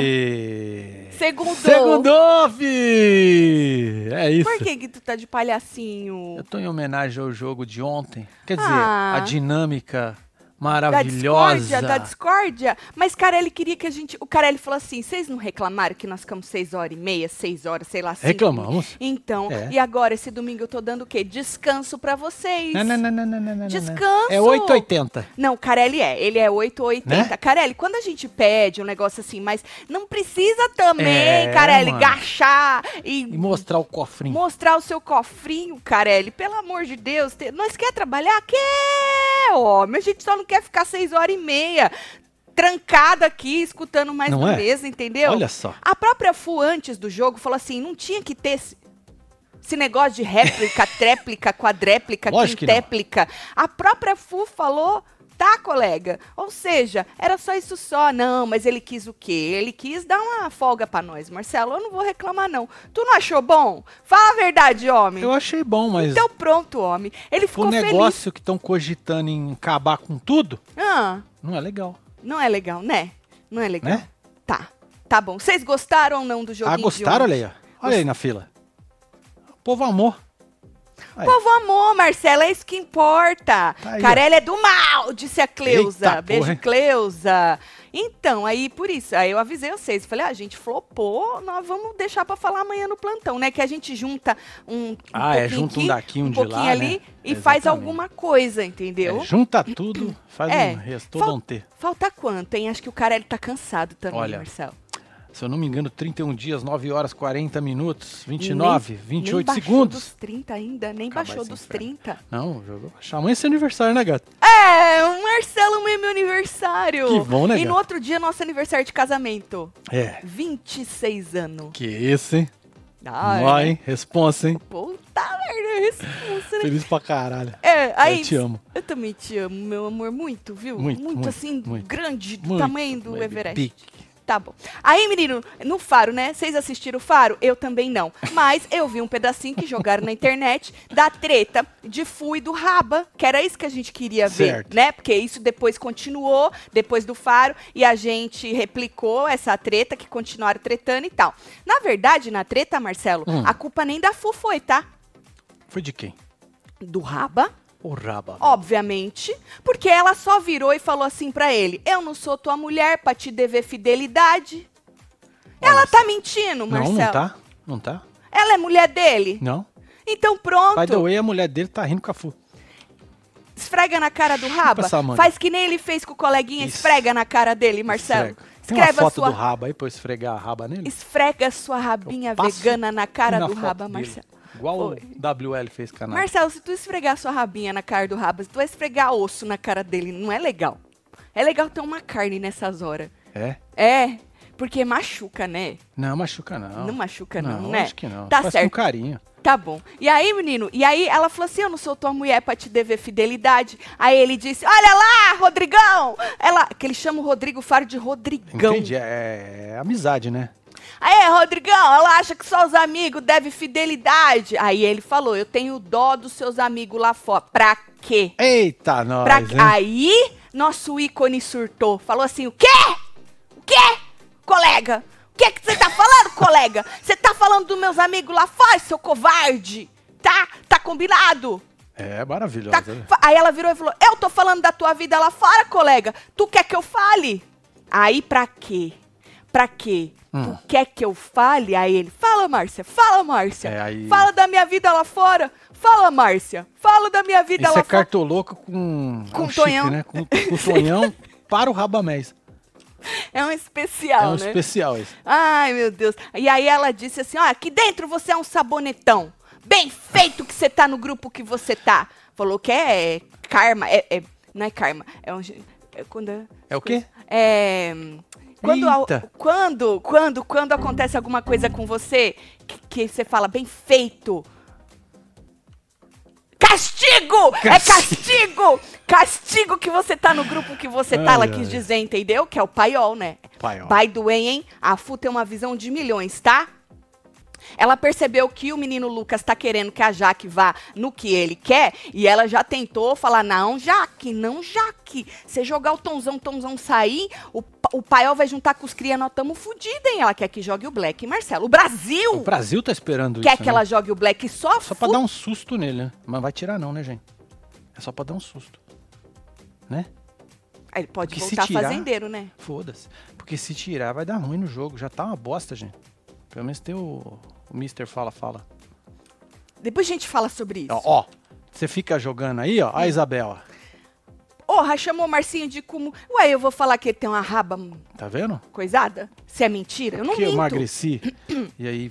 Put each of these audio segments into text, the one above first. Fi! Segundo. Segundou, Fi! É isso. Por que que tu tá de palhacinho? Eu tô em homenagem ao jogo de ontem. Quer dizer, Ah. a dinâmica Da maravilhosa. discórdia, da discórdia. Mas, cara, ele queria que a gente... O cara, ele falou assim, vocês não reclamaram que nós ficamos seis horas e meia, seis horas, sei lá, cinco? Reclamamos. Então, É. e agora, esse domingo, eu tô dando o quê? Descanso pra vocês. Não, não, não, não, não, não, não. Descanso. É 880. Não, o Carelli é. Ele é 8 ou 80. Né? Carelli, quando a gente pede um negócio assim, mas não precisa também, É, Carelli, mano. gachar e, E mostrar o cofrinho. mostrar o seu cofrinho, Carelli. Pelo amor de Deus, te- nós quer trabalhar? Quer, homem. A gente só não quer ficar seis horas e meia trancada aqui, escutando mais Não do é? mesmo, entendeu? Olha só. A própria Fu, antes do jogo, falou assim, não tinha que ter... Esse... esse negócio de réplica, tréplica, quadréplica, Lógico que não. quintéplica. A própria Fu falou, tá, colega? Ou seja, era só isso só. Não, mas ele quis o quê? Ele quis dar uma folga pra nós, Marcelo. Eu não vou reclamar, não. Tu não achou bom? Fala a verdade, homem. Eu achei bom, mas Então pronto, homem. Ele o ficou feliz. negócio que estão cogitando em acabar com tudo, Ah, não é legal, não é legal, né? Não é legal. né? Tá, tá bom. Vocês gostaram ou não do jogo? Ah, gostaram, olha aí, ó. Olha aí na fila. O povo amor. O povo amou, Marcela, é isso que importa. Tá aí, Carelli é do mal, disse a Cleusa. Eita, Beijo, porra. Cleusa. Então, aí por isso, aí eu avisei vocês, falei, ah, a gente flopou, nós vamos deixar pra falar amanhã no plantão, né? Que a gente junta um, um Ah, é, pouquinho junta um aqui, daqui, um de pouquinho lá, ali né? e faz Exatamente. alguma coisa, entendeu? É, junta tudo, faz É. um resto todo Fal- um T. Falta quanto, hein? Acho que o Carelli tá cansado também, Olha, Marcelo. Se eu não me engano, 31 dias, 9 horas, 40 minutos, 29, Nem 28 baixou segundos. dos 30 ainda, nem Acabar baixou esse dos inferno. 30. Não, jogou. Amanhã é seu aniversário, né, gato? É, o Marcelo é meu aniversário. Que bom, né, E no gata? outro dia, nosso aniversário de casamento. É. 26 anos. Que isso, hein? Ah, Nó, é. hein? Responsa, hein? Puta merda, isso, isso, né? Feliz pra caralho. É, aí, Eu te amo. eu também te amo, meu amor, muito, viu? Muito, muito, assim, muito. grande, do Muito, tamanho do baby Everest. big. Tá bom. Aí, menino, no Faro, né? Vocês assistiram o Faro? Eu também não. Mas eu vi um pedacinho que jogaram na internet da treta de Fu e do Raba, que era isso que a gente queria Certo. ver, né? Porque isso depois continuou, depois do Faro, e a gente replicou essa treta, que continuaram tretando e tal. Na verdade, na treta, Marcelo, Hum. a culpa nem da Fu foi, tá? Foi de quem? Do Raba, O Raba. obviamente, porque ela só virou e falou assim pra ele: "Eu não sou tua mulher pra te dever fidelidade". ela tá mentindo, não, Marcelo. não tá? Não tá? Ela é mulher dele. Não. Então pronto. By the way, a mulher dele tá rindo com a Fu. Esfrega na cara do raba. essa manga. Faz que nem ele fez com o coleguinha, Isso. esfrega na cara dele, Marcelo. Esfrega. Tem uma Escreve a foto sua do Raba aí pra eu esfregar a raba nele? Esfrega a sua rabinha Eu passo vegana na cara na do foto raba, dele. Marcelo. Igual Foi. o WL fez canal. Marcelo, se tu esfregar a sua rabinha na cara do raba, se tu vai esfregar osso na cara dele, não é legal. É legal ter uma carne nessas horas. É? É, porque machuca, né? Não, machuca não. Não machuca não, não né? Acho que não. Tá Faz certo. com carinho. Tá bom. E aí, menino, e aí ela falou assim: eu não sou tua mulher pra te dever fidelidade. Aí ele disse: olha lá, Rodrigão! Ela, que ele chama o Rodrigo Faro de Rodrigão. Entendi. É, é amizade, né? Aí, Rodrigão, ela acha que só os amigos devem fidelidade. Aí ele falou: eu tenho dó dos seus amigos lá fora. Pra quê? Eita, nós, Pra... hein? Aí, nosso ícone surtou. Falou assim: o quê? O quê? Colega? O que é que você tá falando, colega? Você tá falando dos meus amigos lá fora, seu covarde? Tá? Tá combinado? É maravilhosa. Tá- fa- Aí ela virou e falou: Eu tô falando da tua vida lá fora, colega. Tu quer que eu fale? Aí pra quê? Pra quê? Hum. Tu quer que eu fale? Aí ele: Fala, Márcia. Fala, Márcia. É, aí- Fala da minha vida lá fora. Fala, Márcia. Fala da minha vida Isso lá fora. é cartoloco com, Com um chip, Tonhão. né? Com, com o Tonhão para o Rabamés. É um especial, É um né? especial esse. Ai, meu Deus. E aí ela disse assim: Ó, aqui dentro você é um sabonetão. Bem feito que você tá no grupo que você tá. Falou que é, karma. É, é- não é karma. É um. je- É quando é- É o quê? É. Quando, al- Eita. quando, quando, quando acontece alguma coisa com você que, que você fala bem feito. Castigo! É castigo! Castigo que você tá no grupo que você tá, Ai, ela ai. quis dizer, entendeu? Que é o paiol, né? Paiol. By the way, hein? A FU tem uma visão de milhões, tá? Ela percebeu que o menino Lucas tá querendo que a Jaque vá no que ele quer e ela já tentou falar: não, Jaque, não, Jaque. Você jogar o Tonzão, o Tonzão sair, o, pa- o paiol vai juntar com os cria, nós tamo fudido, hein? Ela quer que jogue o Black e Marcelo. O Brasil O Brasil tá esperando quer isso. que né? ela jogue o Black só, Só pra dar um susto nele, né? Mas vai tirar não, né, gente? É só pra dar um susto. Né? Aí Ele pode Porque se voltar tirar- fazendeiro, né? Foda-se. Porque se tirar, vai dar ruim no jogo. Já tá uma bosta, gente. Pelo menos tem o, o Mr. Fala Fala. Depois a gente fala sobre isso. Ó, ó, você fica jogando aí, ó. A Isabela. Porra, chamou o Marcinho de como. Ué, eu vou falar que ele tem uma raba hum, Tá vendo? coisada? Se é mentira? Eu não Porque eu minto. emagreci. e aí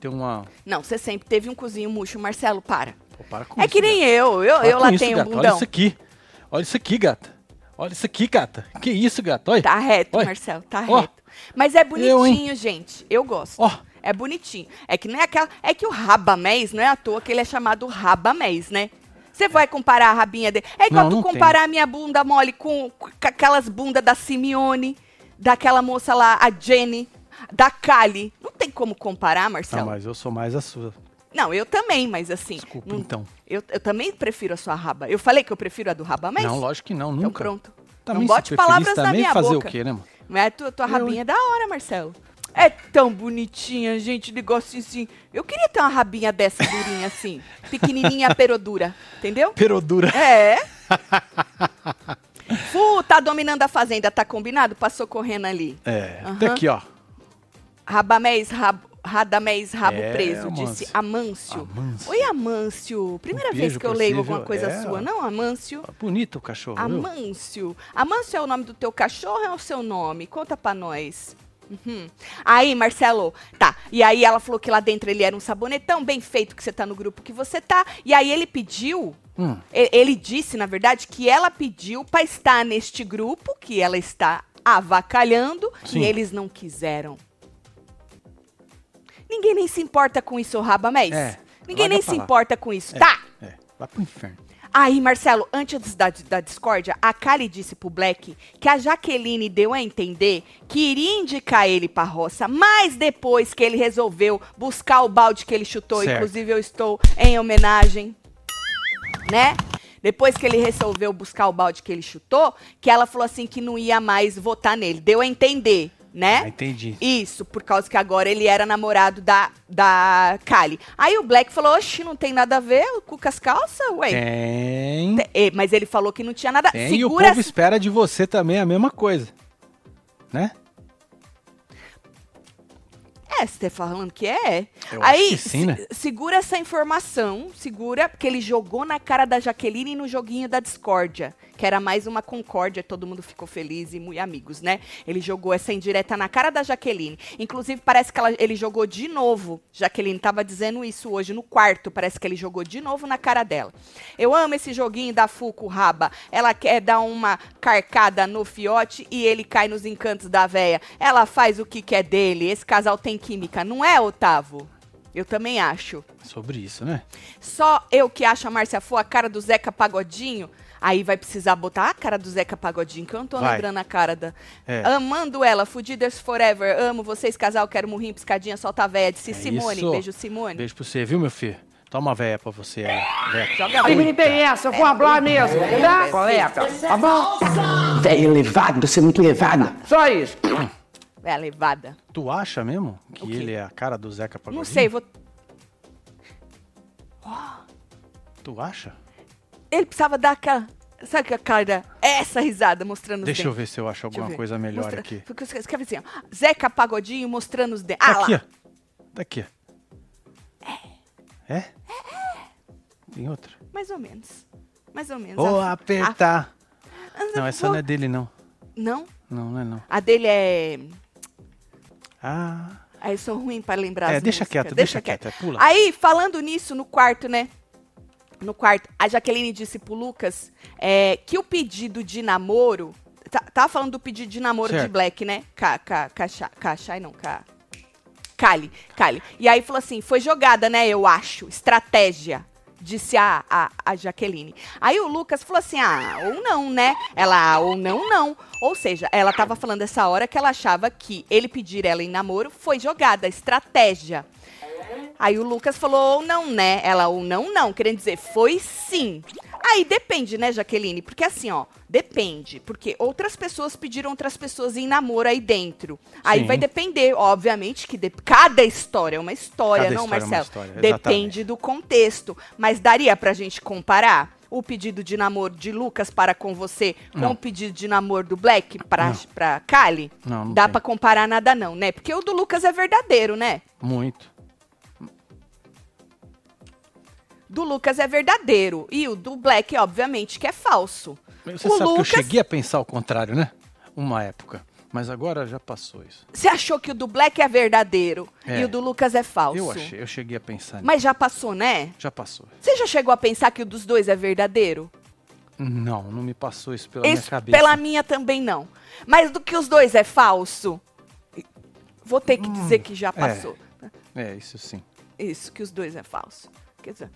tem uma... Não, você sempre teve um cozinho murcho, Marcelo, para. Pô, para com é isso, que gata. nem eu, eu, Para eu com lá isso, tenho um gata. Olha bundão. isso aqui. Olha isso aqui, gata. Olha isso aqui, gata. Que isso, gata. Olha. Tá reto, Oi. Marcelo, tá Ó. reto. Mas é hein? bonitinho, gente. Eu gosto. Ó. É bonitinho. É que nem aquela. É que o rabamés não é à toa que ele é chamado rabamés, né? Você vai comparar a rabinha dele. É igual Não, tu não tem. comparar a minha bunda mole com, com aquelas bundas da Simeone, daquela moça lá, a Jenny, da Kali. Não tem como comparar, Não, Marcelo. Ah, mas eu sou mais a sua. Não, eu também, mas assim. Desculpa, não- então. Eu, eu também prefiro a sua raba. Eu falei que eu prefiro a do rabamés? Não, lógico que não, Então nunca. Tá pronto. Também não ser bote feliz palavras na também minha fazer boca. o quê, né, mano? Mas a tua, tua Eu, rabinha é da hora, Marcelo. É tão bonitinha, gente, de gostinho assim. Eu queria ter uma rabinha dessa durinha assim. Pequenininha, perodura. Entendeu? Perodura. É. Fu, tá dominando a fazenda, tá combinado? Passou correndo ali. É, Aham. até aqui, ó. Rabamés, rabo, Radamés, rabo É, preso, Amâncio. disse Amâncio. Amâncio. Um Oi, Amâncio. Primeira vez beijo que eu pra leio você, alguma viu? coisa É, sua, ó. não, Amâncio? Tá Bonito o cachorro, Ah, viu? Amâncio. Amâncio é o nome do teu cachorro ou é o seu nome? Conta pra nós. Uhum. Aí, Marcelo, tá. E aí ela falou que lá dentro ele era um sabonetão, bem feito que você tá no grupo que você tá. E aí ele pediu, Hum, e- ele disse, na verdade, que ela pediu pra estar neste grupo que ela está avacalhando Sim. e eles não quiseram. Ninguém nem se importa com isso, Rabamés. É, Ninguém larga nem pra se lá. importa com isso. É. Tá! é, vai pro inferno. Aí, Marcelo, antes da, da discórdia, a Kali disse pro Black que a Jaqueline deu a entender que iria indicar ele pra roça, mas depois que ele resolveu buscar o balde que ele chutou, Certo. inclusive eu estou em homenagem, né? Depois que ele resolveu buscar o balde que ele chutou, que ela falou assim que não ia mais votar nele. Deu a entender, né? Ah, entendi. Isso, por causa que agora ele era namorado da, da Kali. Aí o Black falou, oxi, não tem nada a ver com as calças, ué. Tem. Te- é, mas ele falou que não tinha nada. Tem. É, E o Segura. povo espera de você também a mesma coisa. Né? É, você tá falando que é. Eu acho Aí, que sim, se- né? segura essa informação, segura, porque ele jogou na cara da Jaqueline no joguinho da discórdia, que era mais uma concórdia, todo mundo ficou feliz e muito amigos, né? Ele jogou essa indireta na cara da Jaqueline. Inclusive, parece que ela- ele jogou de novo. Jaqueline tava dizendo isso hoje no quarto, parece que ele jogou de novo na cara dela. Eu amo esse joguinho da Fuco Raba. Ela quer dar uma carcada no fiote e ele cai nos encantos da véia. Ela faz o que quer dele. Esse casal tem química, não é, Otávio? Eu também acho. Sobre isso, né? Só eu que acho a Márcia Fô a cara do Zeca Pagodinho. Aí vai precisar botar a cara do Zeca Pagodinho, que eu não tô Vai. lembrando a cara da. É. Amando ela, Fudidas Forever, amo vocês, casal, quero murrinho, piscadinha, solta a véia, disse É Simone. isso. Beijo, Simone. Beijo pra você, viu, meu filho? Toma véia pra você. É. Véia. Joga Aí lá. me tem essa, eu vou falar mesmo, tá? Colega, tá bom? Velho elevado, você é muito elevado. Só isso. É a levada. Tu acha mesmo que O quê? ele é a cara do Zeca Pagodinho? Não sei, vou. Tu acha? Ele precisava dar aquela. Sabe que a cara. Essa risada mostrando os Deixa eu dentes. ver se eu acho Deixa eu alguma ver. coisa melhor Mostra- aqui. Porque você Escreve assim, ó. Zeca Pagodinho mostrando os dentes. Tá Ah, aqui, lá. ó. Tá aqui. É? É? Tem outra. Mais ou menos. Mais ou menos. Vou Ah, apertar. ah, Não, essa vou- não é dele, não. Não? Não, não é não. A dele é. Ah, Aí eu sou ruim pra lembrar É, as deixa músicas. quieto, deixa quieto, é, pula. Aí, falando nisso, no quarto, né? No quarto, a Jaqueline disse pro Lucas é, que o pedido de namoro. tá- tava falando do pedido de namoro de Certo. Black, né? Ca- ca- Cacha- Cachai, não, ca. Cali, Cali. E aí falou assim: foi jogada, né? Eu acho. Estratégia. Disse a, a, a Jaqueline. Aí o Lucas falou assim: ah, ou não, né? Ela, ah, ou não, não. Ou seja, ela tava falando essa hora que ela achava que ele pedir ela em namoro foi jogada, estratégia. Aí o Lucas falou ou não, né? Ela ou não, não, querendo dizer, foi sim. Aí depende, né, Jaqueline? Porque assim, ó, depende. Porque outras pessoas pediram outras pessoas em namoro aí dentro. Aí Sim. vai depender, obviamente, que de- cada história é uma história, Cada não, história é uma Marcelo? história, exatamente. depende do contexto. Mas daria pra gente comparar? O pedido de namoro de Lucas para com você com Não. o pedido de namoro do Black para Não. pra Kali? Não, não Dá tem. pra comparar nada não, né? Porque o do Lucas é verdadeiro, né? Muito. Do Lucas é verdadeiro. E o do Black, obviamente, que é falso. Você o sabe Lucas, que eu cheguei a pensar o contrário, né? Uma época. Mas agora já passou isso. você achou que o do Black é verdadeiro É. e o do Lucas é falso. Eu achei, eu cheguei a pensar nisso. Mas já passou, né? Já passou. Você já chegou a pensar que o dos dois é verdadeiro? Não, não me passou isso pela minha Isso, cabeça. pela minha também não. Mas do que os dois é falso? Vou ter que dizer que já passou. Hum. É, isso sim. Isso, que os dois é falso. Quer dizer.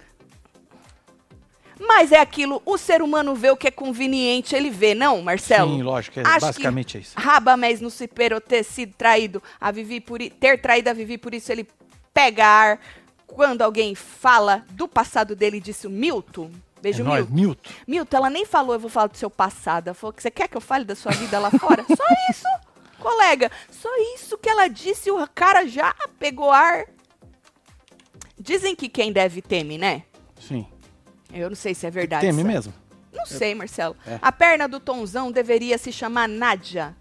Mas é aquilo, o ser humano vê o que é conveniente, ele vê, não, Marcelo? Sim, lógico, é Acho que basicamente é isso. Rabamés no Cipero ter sido traído, a Vivi por i- ter traído a Vivi, por isso ele pega ar quando alguém fala do passado dele, disse o Milton. Beijo, é nóis, Milton. Milton. Milton, ela nem falou, eu vou falar do seu passado. Ela falou que você quer que eu fale da sua vida lá fora? Só isso, colega. Só isso que ela disse, o cara já pegou ar. Dizem que quem deve teme, né? Sim. Eu não sei se é verdade. Teme essa- mesmo? Não sei, Marcelo. É. A perna do Tonzão deveria se chamar Nádia.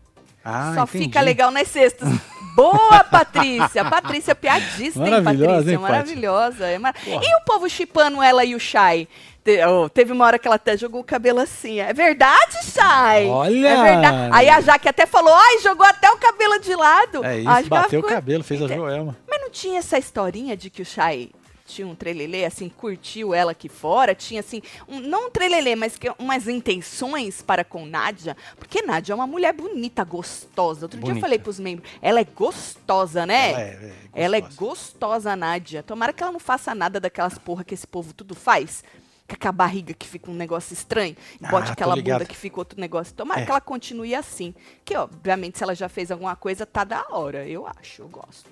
Ah, Só entendi. fica legal nas sextas. Boa, Patrícia! Patrícia é piadista, hein, Maravilhosa, Patrícia? hein, Paty? maravilhosa. É mar- Porra. E o povo chipando ela e o Shai? Te- oh, teve uma hora que ela até jogou o cabelo assim. É verdade, Shai? Olha! É verdade. Aí a Jaque até falou, ai, jogou até o cabelo de lado. É Aí isso, ela bateu o ficou- cabelo, fez a Ente- Joelma. Mas não tinha essa historinha de que o Shai tinha um trelelê, assim, curtiu ela aqui fora? Tinha, assim, um- não um trelelê, mas que umas intenções para com Nádia? Porque Nádia é uma mulher bonita, gostosa. Outro dia eu Bonita. falei pros membros, ela é gostosa, né? Ela é, é Ela é gostosa. gostosa, a Nádia. Tomara que ela não faça nada daquelas porra que esse povo tudo faz. Com aquela barriga que fica um negócio estranho, e Ah, bote tô aquela bunda ligado. que fica outro negócio. Tomara É. que ela continue assim. Que, obviamente, se ela já fez alguma coisa, tá da hora. Eu acho, eu gosto.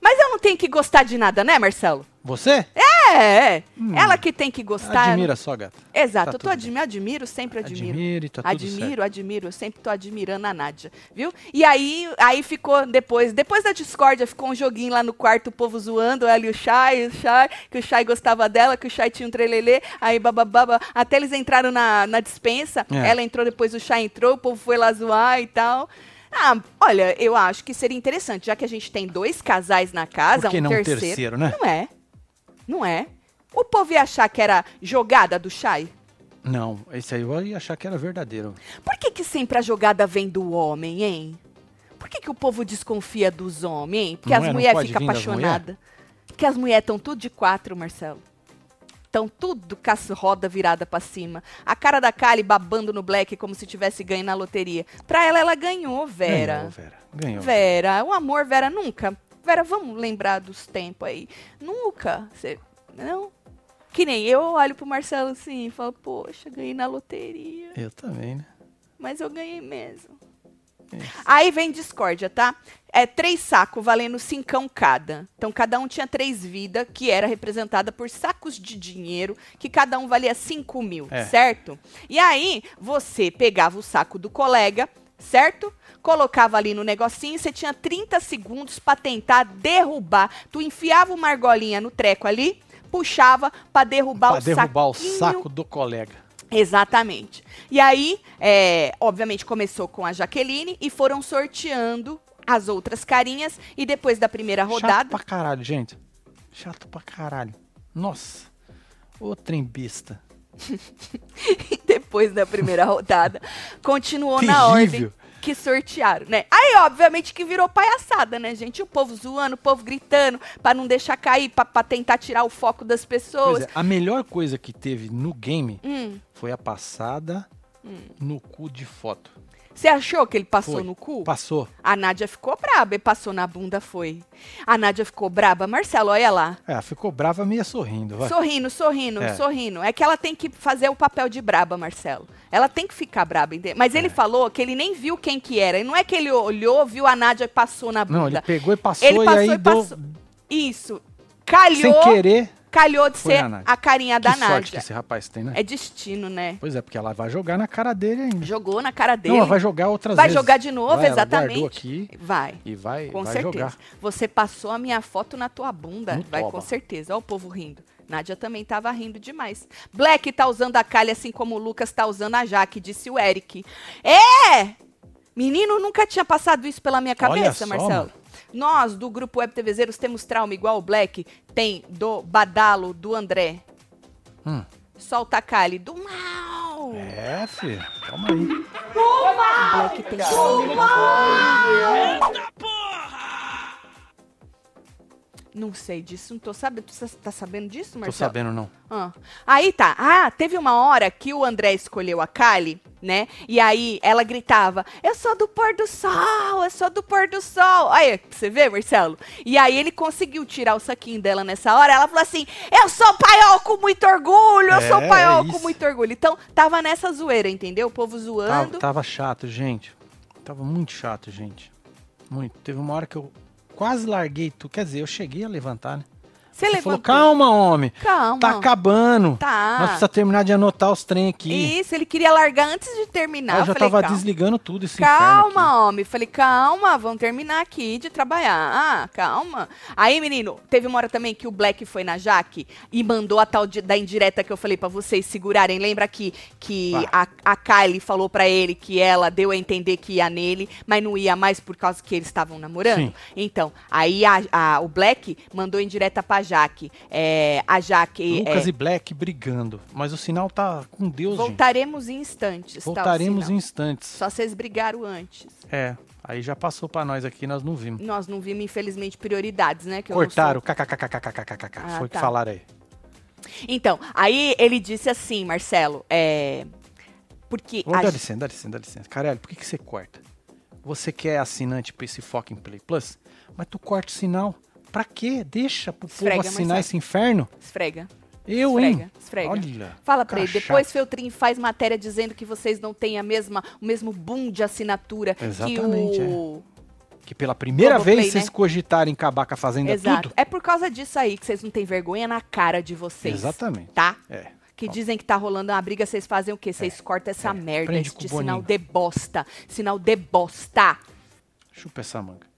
Mas eu não tenho que gostar de nada, né, Marcelo? Você? É, é. Ela que tem que gostar. Hum. Admira só, gata. Exato, Tá eu tô tudo admi- admiro, sempre né? admiro. Admire, tá tudo admiro, certo. admiro, eu sempre tô admirando a Nádia, viu? E aí, aí ficou depois, depois da discórdia, ficou um joguinho lá no quarto, o povo zoando, ela e o Shai, o Shai, que o Shai gostava dela, que o Shai tinha um trelelê, aí babababa, até eles entraram na, na dispensa, É. ela entrou, depois o Shai entrou, o povo foi lá zoar e tal. Ah, olha, eu acho que seria interessante, já que a gente tem dois casais na casa, Por que um não um terceiro. terceiro, né? Não é. Não é. O povo ia achar que era jogada do Shai? Não, esse aí eu ia achar que era verdadeiro. Por que, que sempre a jogada vem do homem, hein? Por que, que o povo desconfia dos homens, hein? Porque Não as é? Não mulheres pode ficam vir das mulher? apaixonadas. Porque as mulheres estão tudo de quatro, Marcelo. Estão tudo com as rodas viradas pra cima. A cara da Kali babando no Black como se tivesse ganho na loteria. Pra ela, ela ganhou, Vera. Ganhou, Vera. Ganhou. Vera, o amor, Vera, nunca. Vera, vamos lembrar dos tempos aí. Nunca. Cê, não? Que nem eu olho pro Marcelo assim e falo, poxa, ganhei na loteria. Eu também, né? Mas eu ganhei mesmo. Isso. Aí vem discórdia, tá? É três sacos valendo cincão cada. Então cada um tinha três vidas, que era representada por sacos de dinheiro, que cada um valia cinco mil, É. certo? E aí você pegava o saco do colega, certo? Colocava ali no negocinho, você tinha 30 segundos pra tentar derrubar. Tu enfiava uma argolinha no treco ali, puxava pra derrubar Pra o derrubar o saquinho saco do colega. Exatamente. E aí, é, obviamente, começou com a Jaqueline e foram sorteando as outras carinhas. E depois da primeira Chato rodada. pra caralho, gente. Chato pra caralho. Nossa. Ô trembista. e depois da primeira rodada, continuou na Terrível. ordem que sortearam, né? Aí, obviamente, que virou palhaçada, né, gente? O povo zoando, o povo gritando, pra não deixar cair, pra, pra tentar tirar o foco das Pois pessoas. é, a melhor coisa que teve no game Hum, foi a passada no cu de foto. você achou que ele passou Foi. no cu? Passou. A Nádia ficou braba e passou na bunda, foi. A Nádia ficou braba. Marcelo, olha lá. É, ficou brava meia sorrindo, vai. Sorrindo, sorrindo, É. sorrindo. É que ela tem que fazer o papel de braba, Marcelo. Ela tem que ficar braba, entende? Mas É. ele falou que ele nem viu quem que era. E não é que ele olhou, viu a Nádia e passou na bunda. Não, ele pegou e passou Ele e passou aí e deu. passou. Isso. Calhou, Sem querer. calhou de foi ser na Nádia. a carinha da que sorte que Nádia. esse rapaz tem, né? É destino, né? Pois é, porque ela vai jogar na cara dele ainda. Jogou na cara dele. Não, ela vai jogar outras Vai vezes. jogar de novo, Vai, Ela guardou exatamente. aqui Vai. e vai, Com vai certeza. jogar. Você passou a minha foto na tua bunda. Não Vai, toba. com certeza. Olha o povo rindo. Nádia também tava rindo demais. Black tá usando a Kali assim como o Lucas tá usando a Jaque, disse o Eric. É! Menino, nunca tinha passado isso pela minha Olha cabeça, só, Marcelo. mano. Nós, do grupo Web TVzeiros, temos trauma igual o Black tem do Badalo, do André. Hum. Solta a Kali. Do mal! É, filho. Calma aí. Black tem trauma Não sei disso, não tô sabendo. Tu tá- tá sabendo disso, Tô Marcelo? sabendo, não. Ah. Aí tá. Ah, teve uma hora que o André escolheu a Kali, né? E aí ela gritava: Eu sou do pôr do sol, eu sou do pôr do sol. Aí, pra você vê, Marcelo? E aí ele conseguiu tirar o saquinho dela nessa hora. Ela falou assim: Eu sou paiol com muito orgulho, eu sou É, paiol é com isso. muito orgulho. Então tava nessa zoeira, entendeu? O povo Tava, zoando. tava chato, gente. Tava muito chato, gente. Muito. Teve uma hora que eu quase larguei tu. Quer dizer, eu cheguei a levantar, né? Você levantou. falou, calma, homem. Calma. Tá acabando. Tá. Nós precisamos terminar de anotar os trem aqui. Isso, ele queria largar antes de Aí terminar. eu já falei, tava calma. desligando tudo esse inferno aqui. Calma, homem. Falei, calma, vamos terminar aqui de trabalhar. Ah, calma. Aí, menino, teve uma hora também que o Black foi na Jaque e mandou a tal de- da indireta que eu falei pra vocês segurarem. Lembra que, que a, a Kylie falou pra ele que ela deu a entender que ia nele, mas não ia mais por causa que eles estavam namorando? Sim. Então, aí a- a- o Black mandou indireta pra Jaque. É, a Jaque. Lucas é, e Black brigando. Mas o sinal tá com Deus, gente. voltaremos em instantes. tá, o Voltaremos sinal. em instantes. Só vocês brigaram antes. É, aí já passou pra nós aqui, nós não vimos. Nós não vimos, infelizmente, prioridades, né? que eu não Cortaram, kkkkkkkkk, Ah, foi o que tá. falaram aí. sou. Então, aí ele disse assim, Marcelo, é. Porque. Ô, a dá gen- licença, dá licença, dá licença. Caralho, por que, que você corta? Você quer assinante pra esse fucking Play Plus? Mas tu corta o sinal. Pra quê? Deixa pro Esfrega, povo assinar Marcelo. esse inferno? Esfrega. Eu, hein? Esfrega, esfrega. Olha. Fala pra cara ele. Depois chato. Feltrin faz matéria dizendo que vocês não têm a mesma, o mesmo boom de assinatura Exatamente, é. que o. Que pela primeira Globoplay, vez vocês né? cogitarem acabar com a Fazenda Exato. tudo. É por causa disso aí que vocês não têm vergonha na cara de vocês. Exatamente. Tá? É. Que dizem que tá rolando uma briga, vocês fazem o quê? Vocês cortam essa é. merda, Prende este com o sinal de Boninho. bosta. Sinal de bosta. Chupa essa manga.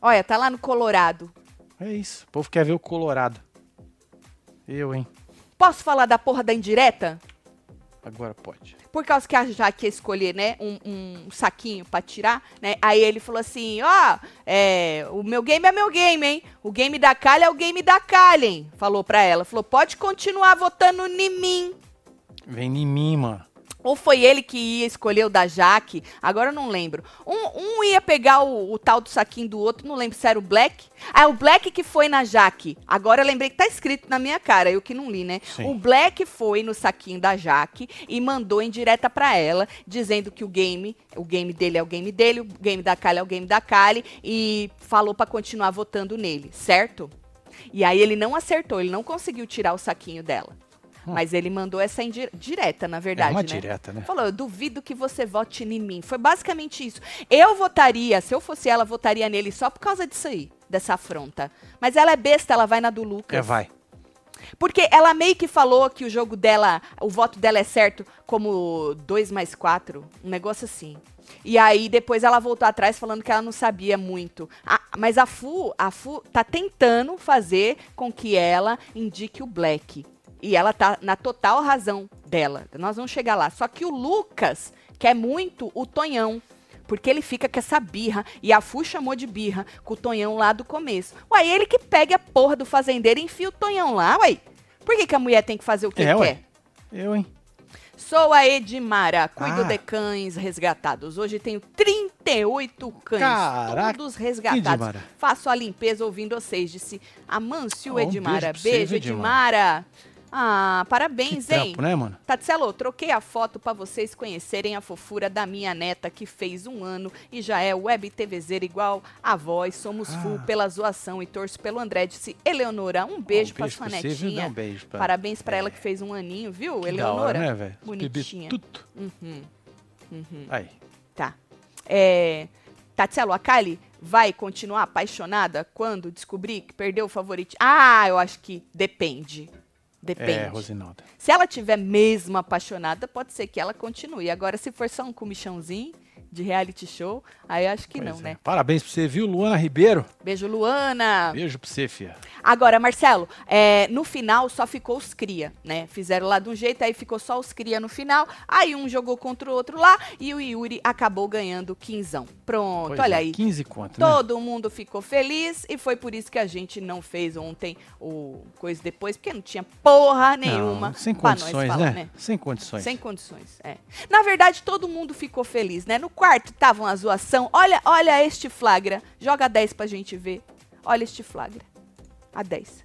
Olha, tá lá no Colorado. É isso. O povo quer ver o Colorado. Eu, hein? Posso falar da porra da indireta? Agora pode. Por causa que a Jaque ia escolher, né, um, um saquinho pra tirar, né? Aí ele falou assim, ó, é, o meu game é meu game, hein? O game da Kali é o game da Kali, hein? Falou pra ela. Falou, pode continuar votando em mim. Vem em mim, mano. É, Ou foi ele que ia escolher o da Jaque? Agora eu não lembro. Um, um ia pegar o, o tal do saquinho do outro, não lembro se era o Black. Ah, é o Black que foi na Jaque. Agora eu lembrei que tá escrito na minha cara, eu que não li, né? Sim. O Black foi no saquinho da Jaque e mandou em direta pra ela, dizendo que o game, o game dele é o game dele, o game da Kali é o game da Kali, e falou pra continuar votando nele, certo? E aí ele não acertou, ele não conseguiu tirar o saquinho dela. Mas ele mandou essa indireta, direta, na verdade, é uma né? direta, né? Falou, eu duvido que você vote em mim. Foi basicamente isso. Eu votaria, se eu fosse ela, votaria nele só por causa disso aí, dessa afronta. Mas ela é besta, ela vai na do Lucas. É, vai. Porque ela meio que falou que o jogo dela, o voto dela é certo como 2 mais 4, um negócio assim. E aí depois ela voltou atrás falando que ela não sabia muito. Ah, mas a Fu, a Fu tá tentando fazer com que ela indique o Black. E ela tá na total razão dela. Nós vamos chegar lá. Só que o Lucas quer muito o Tonhão. Porque ele fica com essa birra, e a Fu chamou de birra, com o Tonhão lá do começo. Uai, ele que pega a porra do fazendeiro e enfia o Tonhão lá, uai. Por que, que a mulher tem que fazer o que é, quer? ué. Eu, hein? Sou a Edmara, cuido Ah. de cães resgatados. Hoje tenho 38 cães, Caraca, todos resgatados. Edmara. Faço a limpeza ouvindo vocês, disse Amâncio Oh, um Edmara. beijo pra você, beijo, viu, Edmara. Edmara? Ah, Que parabéns, hein? Tá, trampo, né, mano? Tatselo, troquei a foto pra vocês conhecerem a fofura da minha neta que fez um ano e já é web TVzeira igual a voz. Somos Ah. full pela zoação e torço pelo André. Disse Eleonora, um beijo, um pra beijo sua pra você, viu? netinha. Dá um beijo pra- Parabéns pra É. ela que fez um aninho, viu, Que da Eleonora? hora, né, velho? Os bebê Bonitinha. Tudo. Uhum. Uhum. Aí. Tá. É, Tatielo, a Kylie vai continuar apaixonada quando descobrir que perdeu o favorito? Ah, eu acho que depende. Depende. É, Rosinalda. Se ela tiver mesmo apaixonada, pode ser que ela continue. Agora, se for só um comichãozinho de reality show, aí eu acho que Pois não, é. né? Ah. Parabéns pra você, viu, Luana Ribeiro? Beijo, Luana! Beijo pra você, fia. Agora, Marcelo, é, no final só ficou os cria, né? Fizeram lá de um jeito, aí ficou só os cria no final. Aí um jogou contra o outro lá e o Yuri acabou ganhando o quinzão. Pronto, Pois olha é, aí. 15 conto, né? Todo mundo ficou feliz e foi por isso que a gente não fez ontem o coisa depois, porque não tinha porra nenhuma Não, sem pra nós condições, falar, né? Sem condições. Sem condições, é. Na verdade, todo mundo ficou feliz, né? No quarto tava uma zoação. Olha, olha este flagra. Joga 10 pra gente ver. Olha este flagra. A 10.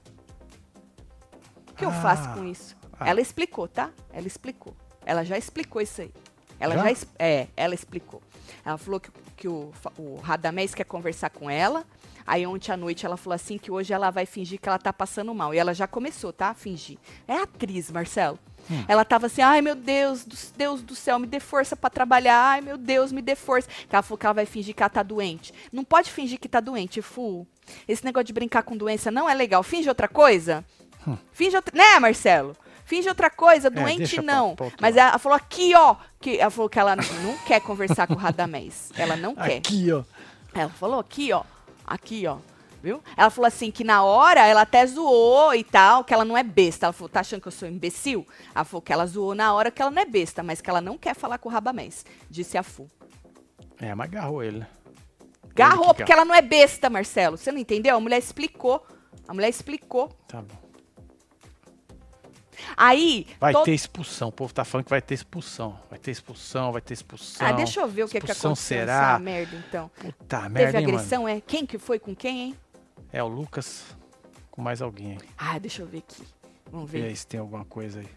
O que eu Ah, faço com isso? ah. Ela explicou, tá? Ela explicou. Ela já explicou isso aí. Ela Já? já, es- é, ela explicou. Ela falou que, que o, fa- o Radamés quer conversar com ela. Aí ontem à noite ela falou assim que hoje ela vai fingir que ela tá passando mal. E ela já começou, tá? A fingir. É atriz, Marcelo. Hum. Ela tava assim, ai meu Deus, do- Deus do céu, me dê força pra trabalhar. Ai meu Deus, me dê força. Que ela falou que ela vai fingir que ela tá doente. Não pode fingir que tá doente, Fu. Esse negócio de brincar com doença não é legal. Finge outra coisa. Hum. Finge outra... Né, Marcelo? Finge outra coisa, doente É, deixa pra- não. pra outro Mas lado. ela falou aqui, ó. Que ela falou que ela não quer conversar com o Radamés. Ela não quer. Aqui, ó. Ela falou aqui, ó. Aqui, ó. Viu? Ela falou assim que na hora ela até zoou e tal, que ela não é besta. Ela falou, tá achando que eu sou imbecil? Ela falou que ela zoou na hora que ela não é besta, mas que ela não quer falar com o Rabamés. Disse a Fu. É, mas agarrou ele, né? Garrou, que porque ela não é besta, Marcelo. Você não entendeu? A mulher explicou. A mulher explicou. Tá bom. Aí. Ah, Vai todo- ter expulsão. O povo tá falando que vai ter expulsão. Vai ter expulsão, vai ter expulsão. Ah, deixa eu ver o que, que Expulsão aconteceu. será? Essa merda, então. Puta merda, Teve hein, agressão, é? Quem que foi com quem, hein? mano? É o Lucas com mais alguém. hein? Ah, deixa eu ver aqui. Vamos Vê ver. aí se tem alguma coisa aí.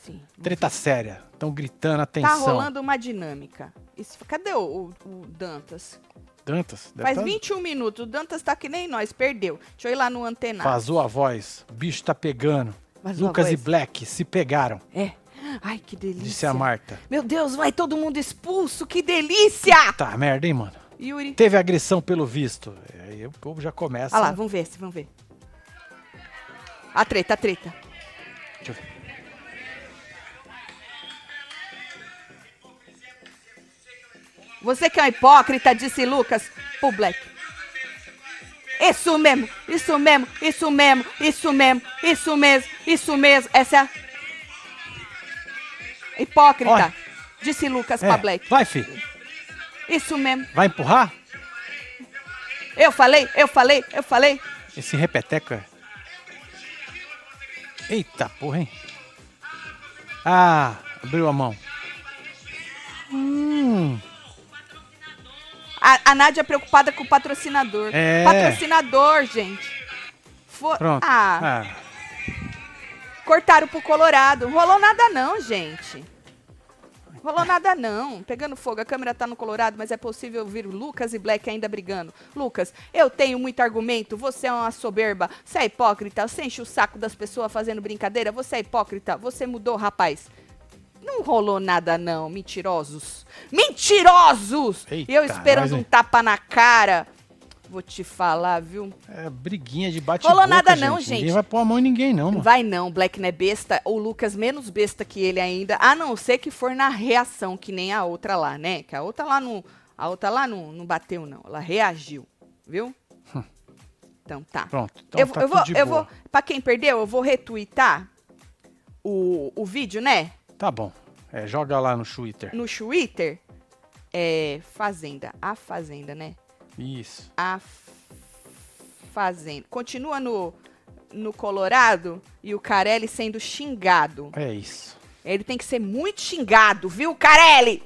Sim. Treta séria. Estão gritando, Tá atenção. rolando uma dinâmica. Isso, cadê o, o- o Dantas? Dantas, deve Faz tá- 21 minutos. O Dantas tá que nem nós, perdeu. Deixa eu ir lá no antenar. Vazou a voz. Bicho tá pegando. Vazou a Lucas e voz. Black se pegaram, É. Ai, que delícia. disse a Marta. Meu Deus, vai todo mundo expulso, que delícia! Tá merda, hein, mano? Yuri. Teve agressão pelo visto. É, Aí o povo já começa. Olha lá, vamos ver, se- vamos ver. A treta, a treta. Deixa eu ver. Você que é um hipócrita, disse Lucas pro Black. Isso mesmo, isso mesmo, isso mesmo, isso mesmo, isso mesmo, isso mesmo. Essa é a... Hipócrita, Olha. disse Lucas É, pra Black. Vai, fi. Isso mesmo. Vai empurrar? Eu falei, eu falei, eu falei. Esse repeteco é. Eita porra, hein? Ah, abriu a mão. Hum, A, a Nádia é preocupada com o patrocinador. É. Patrocinador, gente. Fo- pronto. Ah, Ah, cortaram pro Colorado. Não rolou nada não, gente. Rolou nada não. Pegando fogo, a câmera tá no Colorado, mas é possível ouvir o Lucas e Black ainda brigando. Lucas, eu tenho muito argumento, você é uma soberba, você é hipócrita, você enche o saco das pessoas fazendo brincadeira, você é hipócrita, você mudou, rapaz. Não rolou nada não, mentirosos. Mentirosos! Eita, e eu esperando mas, é- hein? um tapa na cara. Vou te falar, viu? é briguinha de bate Rolou nada não, Ninguém gente. vai pôr a mão em ninguém, não, mano. Vai não, Black não é besta, ou Lucas menos besta que ele ainda, a não ser que for na reação, que nem a outra lá, né? Que a outra lá não, a outra lá não, não bateu não, ela reagiu, viu? Então tá. Hum. Pronto. Então Eu, tá eu tudo vou, de eu boa. vou, pra quem perdeu, eu vou retweetar o, o vídeo, né? Tá bom. É, joga lá no Twitter. No Twitter, é, Fazenda, a Fazenda, né? Isso. a f- fazenda. Continua no, no Colorado e o Carelli sendo xingado. É isso. Ele tem que ser muito xingado, viu, Carelli?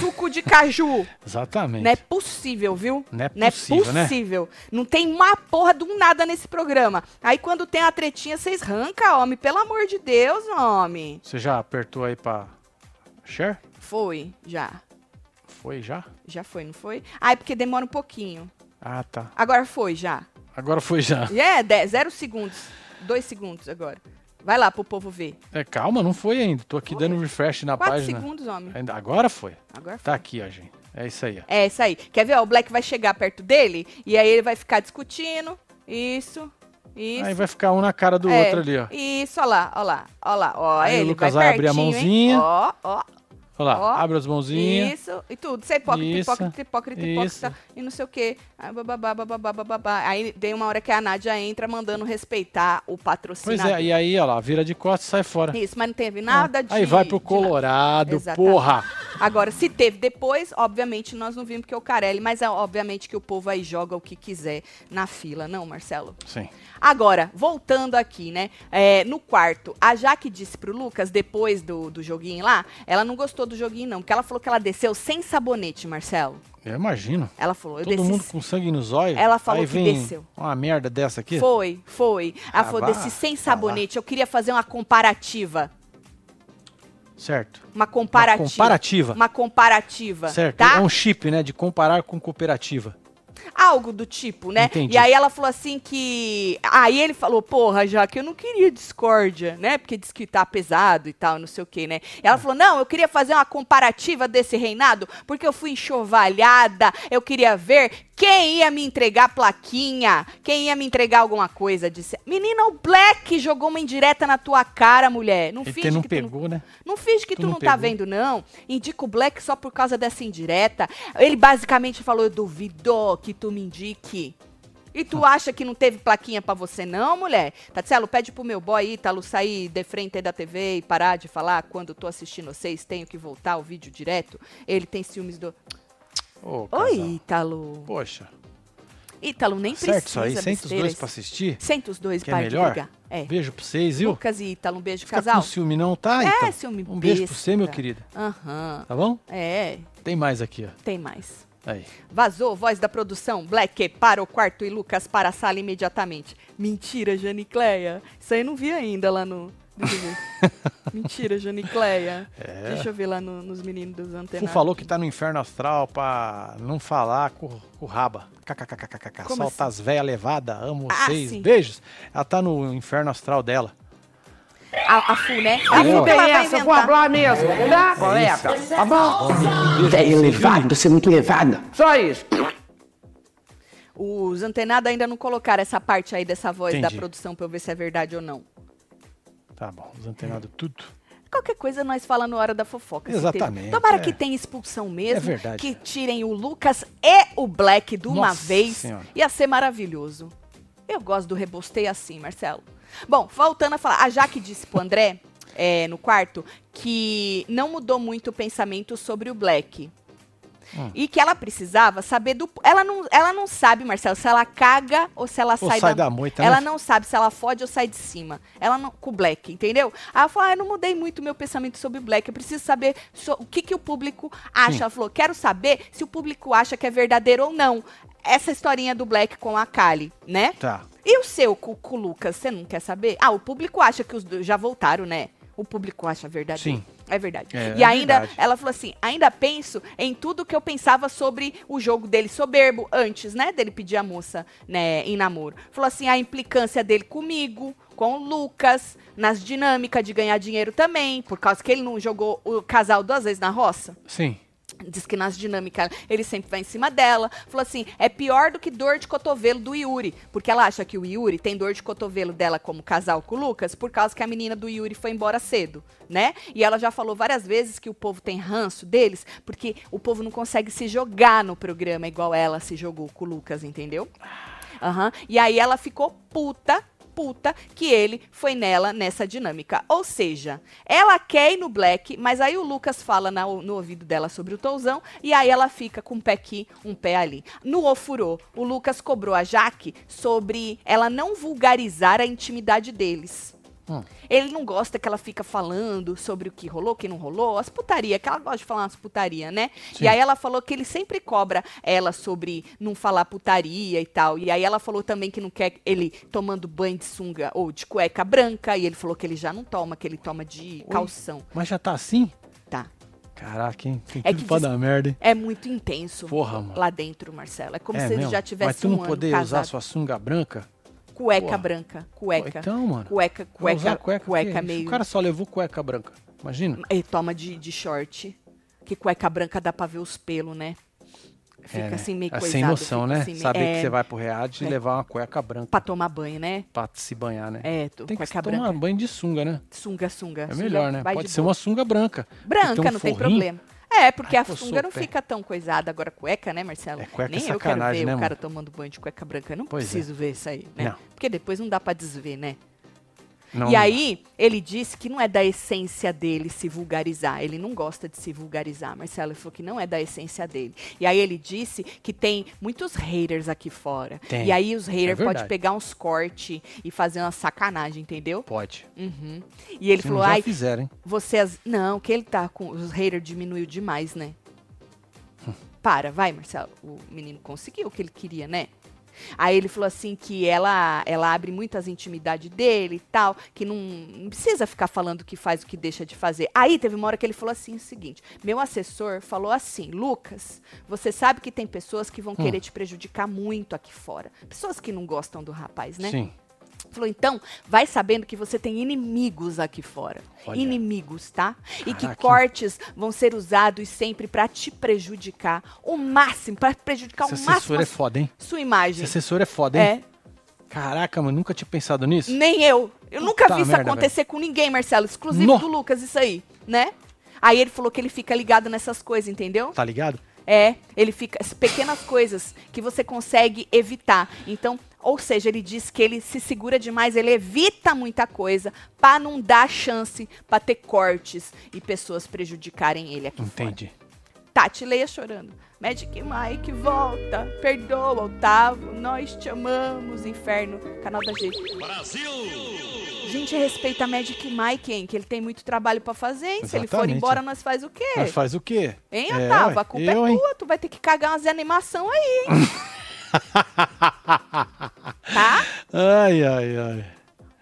Suco de caju. Exatamente. Não é possível, viu? Não é possível, né? possível. Não tem uma porra de um nada nesse programa. Aí quando tem a tretinha, vocês arranca, homem. Pelo amor de Deus, homem. Você já apertou aí pra share? Foi, já. Foi já? Já foi, não foi? Ah, é porque demora um pouquinho. Ah, tá. Agora foi, já. Agora foi já. É, dez- zero segundos. Dois segundos agora. Vai lá pro povo ver. É, calma, não foi ainda. Tô aqui dando refresh na Quatro página. É. segundos, homem. Ainda- Agora foi. Agora foi. Tá aqui, ó, gente. É isso aí. ó. É isso aí. Quer ver? ó, o Black vai chegar perto dele e aí ele vai ficar discutindo. Isso, isso. Aí vai ficar um na cara do É, outro ali, ó. Isso, ó lá, ó lá, ó lá. Ó, Aí o ele Lucas vai vai abrir a pertinho, hein? mãozinha. Ó, ó, Olha lá, Ó, abre as mãozinhas. isso, e tudo. Você é hipócrita, Isso, hipócrita, hipócrita, hipócrita, e não sei o quê. Aí, bababá, bababá, bababá. Aí tem uma hora que a Nádia entra mandando respeitar o Pois patrocinador. é, e aí, ó lá, vira de costas e sai fora. Isso, mas não teve nada de. Aí vai pro de nada. Colorado, Exatamente. porra! Agora, se teve depois, obviamente nós não vimos porque é o Carelli, mas é obviamente que o povo aí joga o que quiser na fila, não, Marcelo? Sim. Agora, voltando aqui, né? É, no quarto, a Jaque disse pro Lucas, depois do, do joguinho lá, ela não gostou do joguinho, não, porque ela falou que ela desceu sem sabonete, Marcelo. Eu imagino. Ela falou, eu Todo desci. mundo com sangue nos olhos. Ela falou aí que vem desceu. Uma merda dessa aqui. Foi, foi. Ela Ah, falou, vá, desci sem vá lá. sabonete. Eu queria fazer uma comparativa. Certo. Uma comparativa. Uma comparativa. Uma comparativa. Certo. Tá? É um chip, né? De comparar com cooperativa. Algo do tipo, né? Entendi. E aí ela falou assim que. Aí ele falou, porra, Jaque, eu não queria discórdia, né? Porque diz que tá pesado e tal, não sei o quê, né? E ela falou, não, eu queria fazer uma comparativa desse reinado, porque eu fui enxovalhada, eu queria ver quem ia me entregar plaquinha, quem ia me entregar alguma coisa. Disse. Menina, o Black jogou uma indireta na tua cara, mulher. Não Ele finge até não que tu não pegou, né? não finge que tu, Tu não não, tá pegou. vendo, não. Indica o Black só por causa dessa indireta. Ele basicamente falou: Eu duvido que tu me indique. E tu Ah. acha que não teve plaquinha pra você, não, mulher? Tatielo, pede pro meu boy Ítalo sair de frente aí da TV e parar de falar quando tô assistindo vocês, tenho que voltar o vídeo direto. Ele tem ciúmes do. Ô, Oi, casal. Ítalo. Poxa. Ítalo, nem certo precisa. isso aí. Senta os besteira. dois pra assistir. Senta os dois, Que é pai, melhor. de brigar. É. Beijo pra vocês, viu? Lucas e Ítalo, um beijo, Fica casal. com ciúme não, tá? É, então? ciúme Um beijo pra besta. você, meu querido. Aham. Tá bom? É, Tem mais aqui, ó. tem mais. Aí. Vazou voz da produção, Black para o quarto e Lucas para a sala imediatamente. Mentira, Janicleia. Isso aí eu não vi ainda lá no... no menino. Mentira, Janicleia. Deixa eu ver lá no- nos meninos dos É. Fu antenas. falou que tá no inferno astral pra não falar com, com o raba. KKKKKK. Como assim? Solta as velhas levada, amo Ah, vocês. sim. Beijos. Ela tá no inferno astral dela. A, a Fu, né? A Entendeu? Fu que Tem ela vai essa, vou inventar. falar mesmo, tá, colega? Tá bom? Velho elevado, você é muito elevado. Só isso. Os antenados ainda não colocaram essa parte aí dessa voz da Entendi. produção pra eu ver se é verdade ou não. Tá bom, os antenados tudo. Qualquer coisa nós fala na hora da fofoca. se Exatamente, teve. Tomara é. que tenha expulsão mesmo. É verdade. Que tirem o Lucas e o Black de uma Nossa vez. Senhora. Ia ser maravilhoso. Eu gosto do rebostei assim, Marcelo. Bom, voltando a falar. A Jaque disse pro André, é, no quarto, que não mudou muito o pensamento sobre o Black. Hum. E que ela precisava saber do. Ela não, ela não sabe, Marcelo, se ela caga ou se ela Ou sai, sai da moita, Ela né? não sabe se ela fode ou sai de cima. Ela não. Com o Black, entendeu? Aí ela falou: ah, eu não mudei muito o meu pensamento sobre o Black. Eu preciso saber so- o que, que o público acha. Ela falou: quero saber se o público acha que é verdadeiro ou não. Essa historinha do Black com a Kali, né? Tá. E o seu com com o Lucas, você não quer saber? Ah, o público acha que os dois já voltaram, né? O público acha verdade. Sim. É verdade. É, e é ainda, verdade. ela falou assim: ainda penso em tudo que eu pensava sobre o jogo dele soberbo antes, né? Dele pedir a moça, né, em namoro. Falou assim: a implicância dele comigo, com o Lucas, nas dinâmicas de ganhar dinheiro também, por causa que ele não jogou o casal duas vezes na roça. Sim. Diz que nas dinâmicas ele sempre vai em cima dela. Falou assim: é pior do que dor de cotovelo do Yuri. Porque ela acha que o Yuri tem dor de cotovelo dela como casal com o Lucas, por causa que a menina do Yuri foi embora cedo, né? E ela já falou várias vezes que o povo tem ranço deles, porque o povo não consegue se jogar no programa igual ela se jogou com o Lucas, entendeu? Aham. E aí ela ficou puta, puta, que ele foi nela nessa dinâmica. Ou seja, ela quer ir no Black, mas aí o Lucas fala na- no ouvido dela sobre o Touzão, e aí ela fica com um pé aqui, um pé ali. No Ofurô, o Lucas cobrou a Jaque sobre ela não vulgarizar a intimidade deles. Hum. Ele não gosta que ela fica falando sobre o que rolou, o que não rolou, as putaria, que ela gosta de falar umas putaria, né? Sim. E aí ela falou que ele sempre cobra ela sobre não falar putaria e tal. E aí ela falou também que não quer ele tomando banho de sunga ou de cueca branca. E ele falou que ele já não toma, que ele toma de calção. Mas já tá assim? Tá. Caraca, hein? Tem É tudo que pra diz- dar merda, hein? É muito intenso Porra, mano. lá dentro, Marcelo. É como É se ele mesmo? já tivesse Mas tu um não ano poder casado. usar sua sunga branca? Cueca Porra. branca, cueca. Então, mano. Cueca, Vai usar cueca, cueca, cueca, que é isso? meio... O cara só levou cueca branca. Imagina. Ele toma de, de short. Que cueca branca dá pra ver os pelos, né? Fica É, né? assim meio É coisado. Sem noção, fica né? assim meio- Saber é, que você vai pro Read e levar uma cueca branca Pra tomar banho, né? pra se banhar, né? É, tu- Tem que cueca tomar branca. banho de sunga, né? Sunga, sunga. É sunga melhor, né? vai Pode de ser boa. uma sunga branca. que Branca, tem um não tem forrinho. problema. É, porque Ai, a coçou sunga o não pé. fica tão coisada. Agora, cueca, né, Marcelo? É, cueca Nem é eu quero sacanagem, ver né, o mano? cara tomando banho de cueca branca. Eu não Pois é. preciso ver isso aí, né? Não. Porque depois não dá pra desver, né? Não, E aí, ele disse que não é da essência dele se vulgarizar. Ele não gosta de se vulgarizar. Marcelo falou que não é da essência dele. E aí ele disse que tem muitos haters aqui fora. Tem. E aí os haters É podem verdade. pegar uns cortes e fazer uma sacanagem, entendeu? Pode. Uhum. E ele Se falou, não já ai, fizeram, hein? vocês. Não, que ele tá com. Os haters diminuiu demais, né? Para, vai, Marcelo. O menino conseguiu o que ele queria, né? Aí ele falou assim que ela ela abre muitas intimidades dele e tal, que não, não precisa ficar falando o que faz, o que deixa de fazer. Aí teve uma hora que ele falou assim o seguinte: meu assessor falou assim, Lucas, você sabe que tem pessoas que vão querer te prejudicar muito aqui fora. Pessoas que não gostam do rapaz, né? Sim. Falou, então, vai sabendo que você tem inimigos aqui fora. Olha. Inimigos, tá? E que Caraca. cortes vão ser usados sempre pra te prejudicar o máximo, pra prejudicar Esse o máximo assessor a é foda, hein? sua imagem. Esse assessor é foda, hein? É, Caraca, mano, nunca tinha pensado nisso. nem eu. Eu nunca Puta vi isso merda, acontecer com ninguém, Marcelo. Exclusivo Nó. do Lucas, isso aí, né? Aí ele falou que ele fica ligado nessas coisas, entendeu? Tá ligado? É, ele fica. as Pequenas coisas que você consegue evitar. Então, ou seja, ele diz que ele se segura demais, ele evita muita coisa pra não dar chance pra ter cortes e pessoas prejudicarem ele aqui. fora. Entendi. Tati Leia chorando. Magic Mike, volta. Perdoa, Otávio. Nós te amamos, inferno. Canal da G. Brasil! Gente, respeita Magic Mike, hein? Que ele tem muito trabalho pra fazer, hein? Se ele for Exatamente, embora, é. nós faz o quê? Mas faz o quê? Hein, É, Otávio? ué, A culpa é eu, tua. hein? Tu vai ter que cagar umas animação aí, hein? tá? Ai, ai, ai.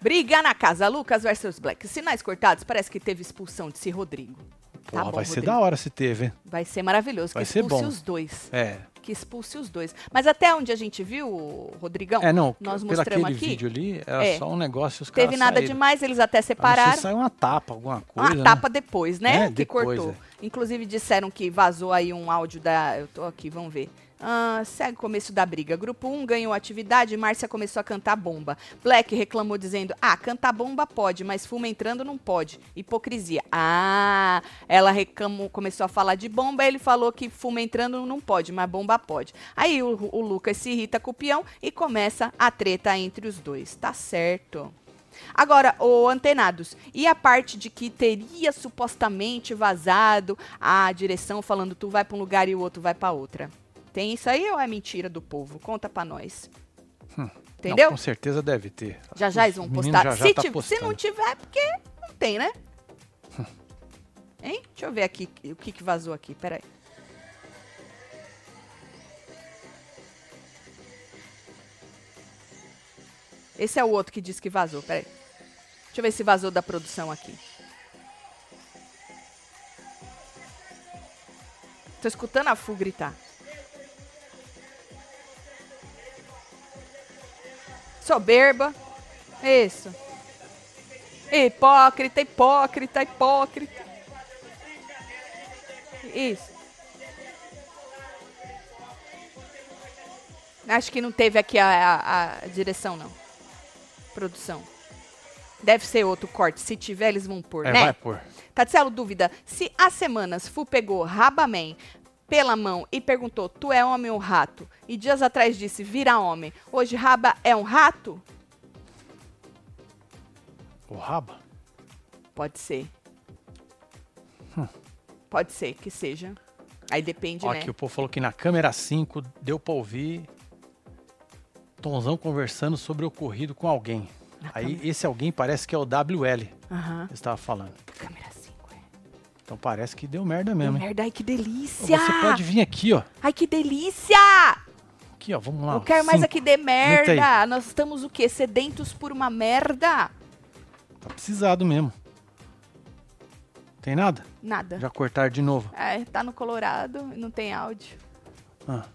Briga na casa. Lucas versus Black. Sinais cortados. Parece que teve expulsão de si Rodrigo. Tá Porra, bom, vai ser Rodrigo. da hora se teve, hein? Vai ser maravilhoso. Vai que ser expulse bom. os dois. É. Que expulse os dois. Mas até onde a gente viu, Rodrigão, é, não, Então, nós pelo aquele mostramos aqui. vídeo ali, era É. só um negócio e os caras teve nada saíram. demais, eles até A não separaram. ser saiu uma tapa, alguma Uma coisa, né? tapa depois, né? É, que depois, cortou. é. Inclusive disseram que vazou aí um áudio da. Eu tô aqui, vamos ver. Ah, segue o começo da briga. Grupo 1 ganhou atividade e Márcia começou a cantar bomba. Black reclamou dizendo: Ah, cantar bomba pode, mas fuma entrando não pode. Hipocrisia. Ah, ela reclamou, começou a falar de bomba, ele falou que fuma entrando não pode, mas bomba pode. Aí o, o Lucas se irrita com o peão e começa a treta entre os dois. Tá certo. Agora, ô Antenados, e a parte de que teria supostamente vazado a direção falando tu vai pra um lugar e o outro vai pra outra? Tem isso aí ou é mentira do povo? Conta pra nós. Não, Entendeu? com certeza deve ter. já já eles vão Os meninos postar. já já se, tá ti- se postando. não tiver, é porque não tem, né? Hein? Deixa eu ver aqui o que, que vazou aqui. Peraí. Esse é o outro que disse que vazou. Peraí. Deixa eu ver se vazou da produção aqui. Tô escutando a Fu gritar. Soberba. Isso. Hipócrita, hipócrita, hipócrita. Isso. Acho que não teve aqui a, a- a direção, não. Produção. Deve ser outro corte. Se tiver, eles vão pôr, É, né? vai pôr. Tatielo, dúvida. Se há semanas Fu pegou Rabaman pela mão e perguntou, tu é homem ou rato? E dias atrás disse, vira homem. Hoje Raba é um rato? O raba? Pode ser. Pode ser que seja. Aí depende, Hum. Ó, né? aqui o povo falou que na câmera 5 deu pra ouvir Tonzão conversando sobre o ocorrido com alguém. Aí esse alguém parece que é o WL, Aham. que estava falando. Câmera 5, é. Então parece que deu merda mesmo, hein? Merda, ai que delícia! Você pode vir aqui, ó. Ai que delícia! Aqui, ó, vamos lá. Não ó, quero mais cinco. aqui de Aumenta merda! Nós estamos o quê? Sedentos por uma merda? Tá precisado mesmo. Tem nada? Nada. Já cortaram de novo. É, tá no Colorado, não tem áudio. Ah.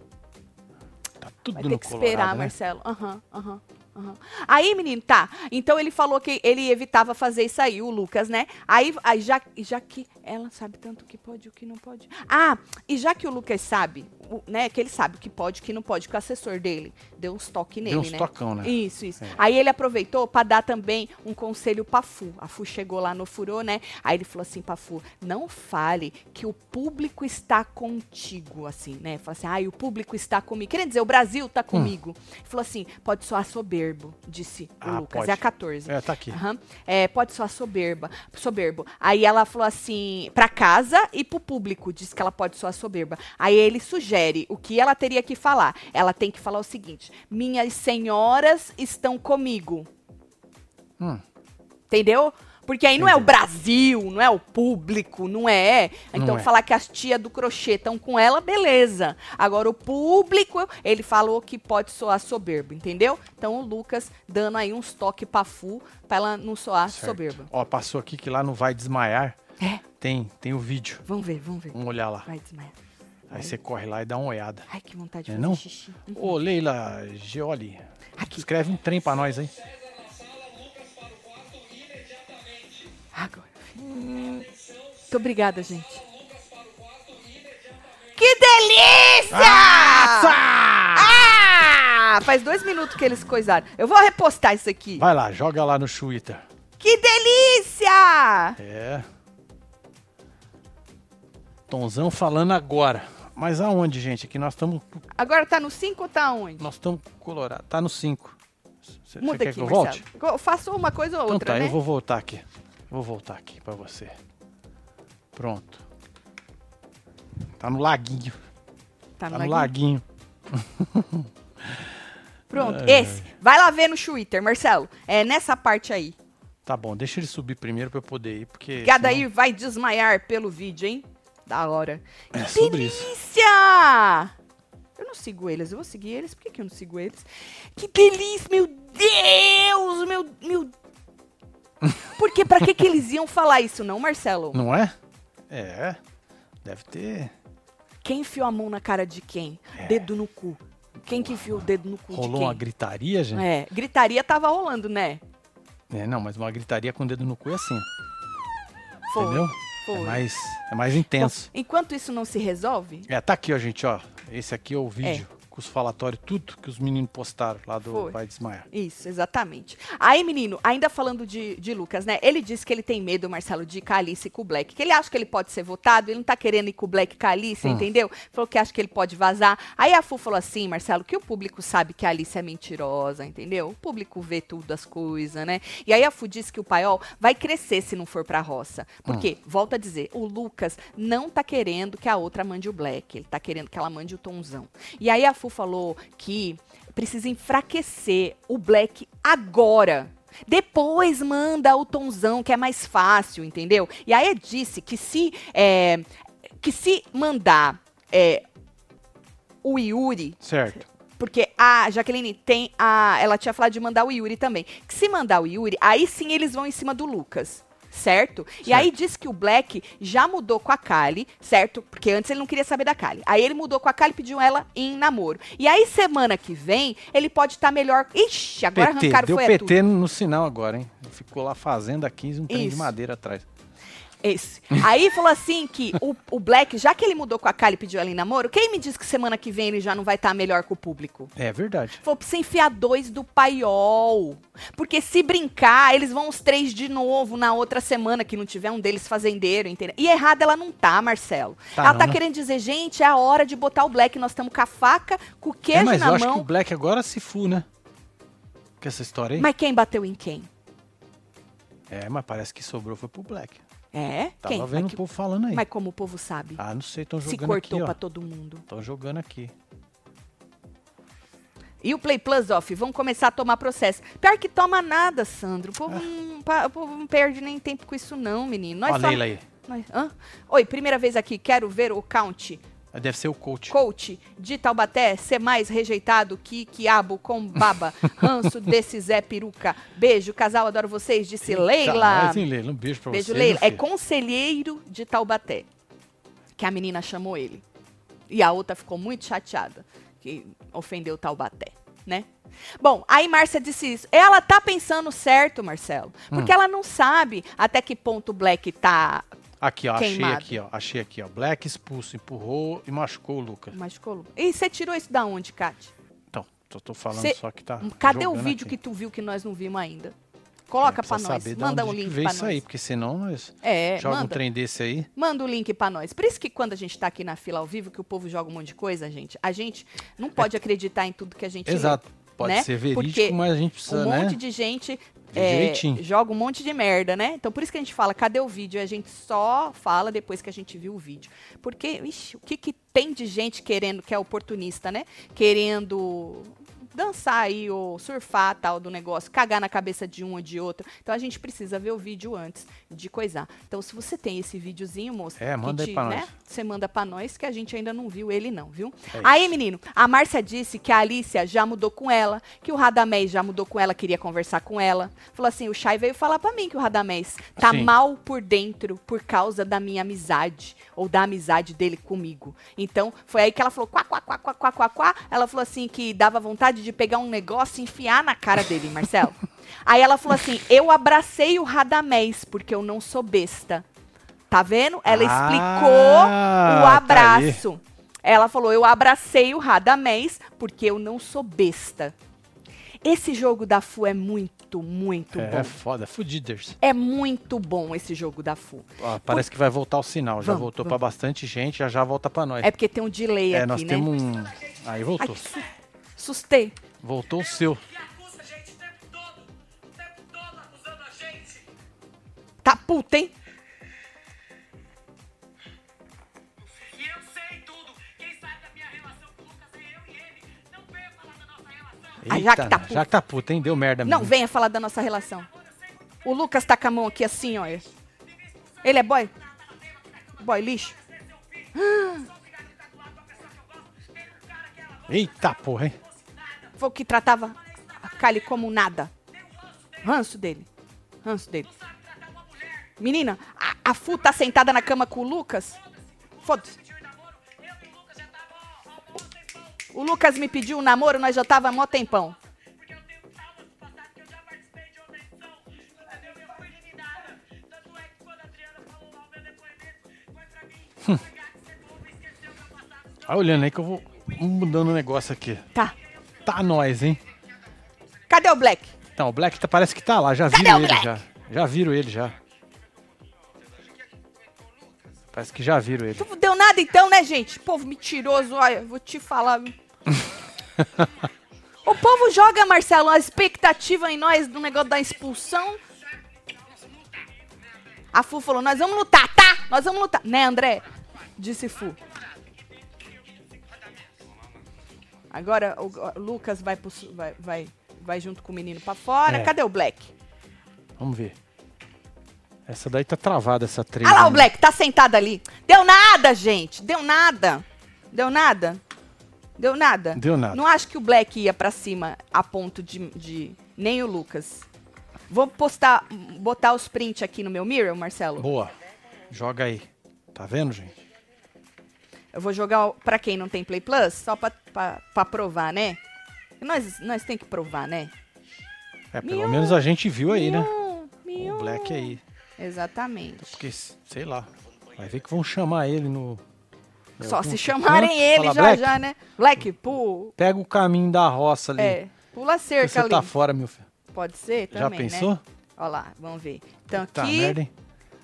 Tá tudo Vai no ter que Tá Colorado, esperar, né? Marcelo. Aham, aham. Aham. Aí, menino, tá. Então ele falou que ele evitava fazer isso aí, o Lucas, né? Aí, aí já, já que ela sabe tanto o que pode e o que não pode. Ah, e já que o Lucas sabe, o- né? Que ele sabe o que pode e o que não pode, que o assessor dele deu uns toques nele, Deu uns né? tocão, né? Isso, isso. É. Aí ele aproveitou pra dar também um conselho pra Fu. A Fu chegou lá no Furô, né? Aí ele falou assim pra Fu, não fale que o público está contigo, assim, né? Fala assim, ai, o público está comigo. Querendo dizer, o Brasil Hum. tá comigo. Ele falou assim, pode soar soberbo, disse o Ah, Lucas. pode. É a 14. É, tá aqui. Aham. É, pode soar soberba, soberbo. Aí ela falou assim, pra casa e pro público, diz que ela pode soar soberba. Aí ele sugere o que ela teria que falar. Ela tem que falar o seguinte: minhas senhoras estão comigo. Hum. Entendeu? Porque aí não é o Brasil, não é o público, não é. Não Então é. falar que as tia do crochê estão com ela, beleza. Agora o público, ele falou que pode soar soberbo, entendeu? Então o Lucas dando aí uns toques pra Fu pra ela não soar Certo. soberba. Ó, passou aqui que lá não vai desmaiar. É. Tem, tem o vídeo. Vamos ver, vamos ver. Vamos olhar lá. Vai desmaiar. Aí você corre lá e dá uma olhada. Ai, que vontade de É fazer não? xixi. Ô, Leila Geoli, Aqui, escreve um trem pra nós, hein? agora. Hum. Muito obrigada, gente. Que delícia! Ah, Ah! Faz dois minutos que eles coisaram. Eu vou repostar isso aqui. Vai lá, joga lá no Twitter. Que delícia! É. Tonzão falando agora. Mas aonde, gente? Aqui nós estamos. Agora tá no 5 ou tá onde? Nós estamos colorado. Tá no 5. Você Muda quer aqui, que eu volte? Marcelo. Eu faço uma coisa ou Então outra, tá, né? eu vou voltar aqui. Vou voltar aqui pra você. Pronto. Tá no laguinho. Tá Tá no no laguinho. laguinho. Pronto, É. esse. Vai lá ver no Twitter, Marcelo. É nessa parte aí. Tá bom, deixa ele subir primeiro pra eu poder ir, porque. Obrigada senão- aí, vai desmaiar pelo vídeo, hein? Da hora. É Que sobre isso. delícia! Eu não sigo eles, eu vou seguir eles. Por que, que eu não sigo eles? Que delícia, meu Deus! Meu. meu... Porque pra que, que eles iam falar isso, não, Marcelo? Não é? É. Deve ter. Quem enfiou a mão na cara de quem? Dedo no cu. Quem que enfiou o dedo no cu É. Rolou uma de quem? gritaria, gente? É, gritaria tava rolando, né? É, não, mas uma gritaria com o dedo no cu é assim. Foi. entendeu? foi. É mais, é mais intenso. Enquanto isso não se resolve, É, tá aqui, ó, gente, ó. Esse aqui é o vídeo com os falatórios, tudo que os meninos postaram lá do Foi. Vai Desmaiar. Isso, exatamente. Aí, menino, ainda falando de, de Lucas, né? Ele disse que ele tem medo, Marcelo, de ir com a Alice e com o Black. Que ele acha que ele pode ser votado, ele não tá querendo ir com o Black e com a Alice, entendeu? Falou que acha que ele pode vazar. Aí a Fu falou assim, Marcelo, que o público sabe que a Alice é mentirosa, entendeu? O público vê tudo, as coisas, né? E aí a Fu disse que o paiol vai crescer se não for pra roça. Porque, volta a dizer, o Lucas não tá querendo que a outra mande o Black. Ele tá querendo que ela mande o Tonzão. E aí a Fu falou que precisa enfraquecer o Black agora. Depois manda o tonzão, que é mais fácil, entendeu? E aí é disse que se, é, que se mandar é, o Yuri, Certo. porque a Jaqueline tem a. Ela tinha falado de mandar o Yuri também. Que se mandar o Yuri, aí sim eles vão em cima do Lucas. Certo? E Certo. aí diz que o Black já mudou com a Kali, certo? Porque antes ele não queria saber da Kali. Aí ele mudou com a Kali e pediu ela em namoro. E aí semana que vem ele pode estar melhor. Ixi, agora PT, arrancaram deu foi PT tudo. no, no sinal agora, hein? Ficou lá fazendo a 15, um trem de Isso. madeira atrás. Esse. Aí falou assim que o, o Black, já que ele mudou com a Kylie e pediu ela em namoro, quem me diz que semana que vem ele já não vai estar melhor com o público? É verdade. Falou pra você enfiar dois do paiol. Porque se brincar, eles vão os três de novo na outra semana que não tiver um deles fazendeiro, entendeu? E errada ela não tá, Marcelo. Tá ela não, tá né? querendo dizer, gente, é a hora de botar o Black. Nós estamos com a faca, com o queijo é, mas na eu mão. acho que o Black agora se fu, né? Com essa história aí. Mas quem bateu em quem? É, mas parece que sobrou foi pro Black. É? Tava quem? vendo mas, o que- povo falando aí. mas como o povo sabe? Ah, não sei, estão se jogando aqui, cortou pra ó. todo mundo. Estão jogando aqui. E o Play Plus, off, vão começar a tomar processo. Pior que toma nada, Sandro. O povo, não, pa- o povo não perde nem tempo com isso, não, menino. Nós Ó a só- Leila aí. Nós- hã? Oi, primeira vez aqui. Quero ver o count Deve ser o coach. coach de Taubaté ser mais rejeitado que quiabo com baba. Ranço desse Zé Peruca. Beijo, casal, adoro vocês. Disse Tá, Leila. mas, hein, Leila, um beijo pra Beijo, você. Leila. meu É filho. conselheiro de Taubaté. Que a menina chamou ele. E a outra ficou muito chateada. Que ofendeu Taubaté, né? Bom, aí Márcia disse isso. Ela tá pensando certo, Marcelo. Hum. Porque ela não sabe até que ponto o Black tá. Aqui, ó, Queimado. achei aqui, ó. Achei aqui, ó. Black expulso, empurrou e machucou o Lucas. Machucou. E você tirou isso da onde, Kate? Então, tô, tô falando Cê- só que tá. Cadê o jogando vídeo aqui. que tu viu que nós não vimos ainda? Coloca É, pra precisa nós. saber de Manda onde um que link veio pra nós. isso aí, porque senão nós É, joga um manda. trem desse aí. Manda o link pra nós. Por isso que quando a gente tá aqui na fila ao vivo, que o povo joga um monte de coisa, gente, a gente não pode acreditar em tudo que a gente lê, É. Exato. Pode né? ser verídico, Porque mas a gente precisa, um monte né? de gente Vê é, direitinho. joga um monte de merda, né? Então por isso que a gente fala, cadê o vídeo? E a gente só fala depois que a gente viu o vídeo. Porque, ixi, o que, que tem de gente querendo, que é oportunista, né? Querendo dançar aí ou surfar tal do negócio, cagar na cabeça de um ou de outro. Então a gente precisa ver o vídeo antes de coisar. Então se você tem esse videozinho, moça, É, que manda aí te, pra nós. né? Você manda pra nós que a gente ainda não viu ele não, viu? É Aí, isso. menino, a Márcia disse que a Alicia já mudou com ela, que o Radamés já mudou com ela, queria conversar com ela. Falou assim, o Chay veio falar pra mim que o Radamés tá Sim. mal por dentro por causa da minha amizade ou da amizade dele comigo. Então, foi aí que ela falou quá, quá, quá, quá, quá, quá, quá. Ela falou assim que dava vontade de pegar um negócio e enfiar na cara dele, Marcelo. aí ela falou assim, eu abracei o Radamés porque eu não sou besta. Tá vendo? Ela explicou o Ah, tá aí. abraço. Ela falou: Eu abracei o Radamés porque eu não sou besta. Esse jogo da FU é muito, muito é, bom. foda, fudiders. É muito bom esse jogo da FU. Ó, parece que vai voltar o sinal. Já Vamos, voltou pra bastante gente, já já volta pra nós. É porque tem um delay É, aqui, nós né? temos um. Aí Ai, voltou. que su- assustei. Voltou o seu. E acusa a gente o tempo todo. O tempo todo acusando a gente. Tá puta, hein? E eu sei tudo. Quem sabe da minha relação com o Lucas é eu e ele. Não venha falar da nossa relação. Ah, já que tá mano, puta. já que tá puta, hein? Deu merda Não, mesmo. venha falar da nossa relação. O Lucas tá com a mão aqui assim, olha. Ele é boy? Boy lixo? Eita porra, hein? Foi o que tratava a Kali como nada. Ranço dele. Ranço dele. Menina, a, a Fu tá sentada na cama com o Lucas. Foda-se. O Lucas me pediu um namoro, nós já tava mó tempão. Porque eu tenho traumas do passado que eu já participei de outra edição. Entendeu? Eu fui eliminada. Tanto é que quando a Adriana falou lá o meu depoimento, foi pra mim. Obrigado, você não esqueceu o meu passado. Olha olhando aí que eu vou mudando o negócio aqui. Tá. Tá nós, hein? Cadê o Black? Então, o Black tá- parece que tá lá. Já Cadê viram o ele Black? já. Já viram ele já. Parece que já viram ele. Tu deu nada então, né, gente? Povo mentiroso, olha, vou te falar. viu? o povo joga, Marcelo, a expectativa em nós do negócio da expulsão. A Fu falou: nós vamos lutar, tá? Nós vamos lutar. Né, André? Disse Fu. Agora o o Lucas vai, pro su- vai, vai, vai junto com o menino pra fora. É. Cadê o Black? Vamos ver. Essa daí tá travada, essa trilha. Ah lá o né? Black, tá sentado ali. Deu nada, gente. Deu nada. Deu nada. Deu nada. Deu nada. Não acho que o Black ia pra cima a ponto de, de- nem o Lucas. Vou postar, botar os prints aqui no meu mirror, Marcelo. Boa. Joga aí. Tá vendo, gente? Eu vou jogar o- pra quem não tem Play Plus, só pra, pra, pra provar, né? Nós, nós tem que provar, né? É, pelo menos a gente viu aí, né? Mion, O Black aí. Exatamente. Porque, s- sei lá. Vai ver que vão chamar ele no. em Só É, algum se chamarem canto. ele Fala, já Black, já, né? Black, pula. Pega o caminho da roça ali. É, pula a Porque cerca Você ali. tá fora, meu filho. Pode ser Já também, né? pensou? Ó lá, vamos ver. Então Tá, aqui, merda, hein?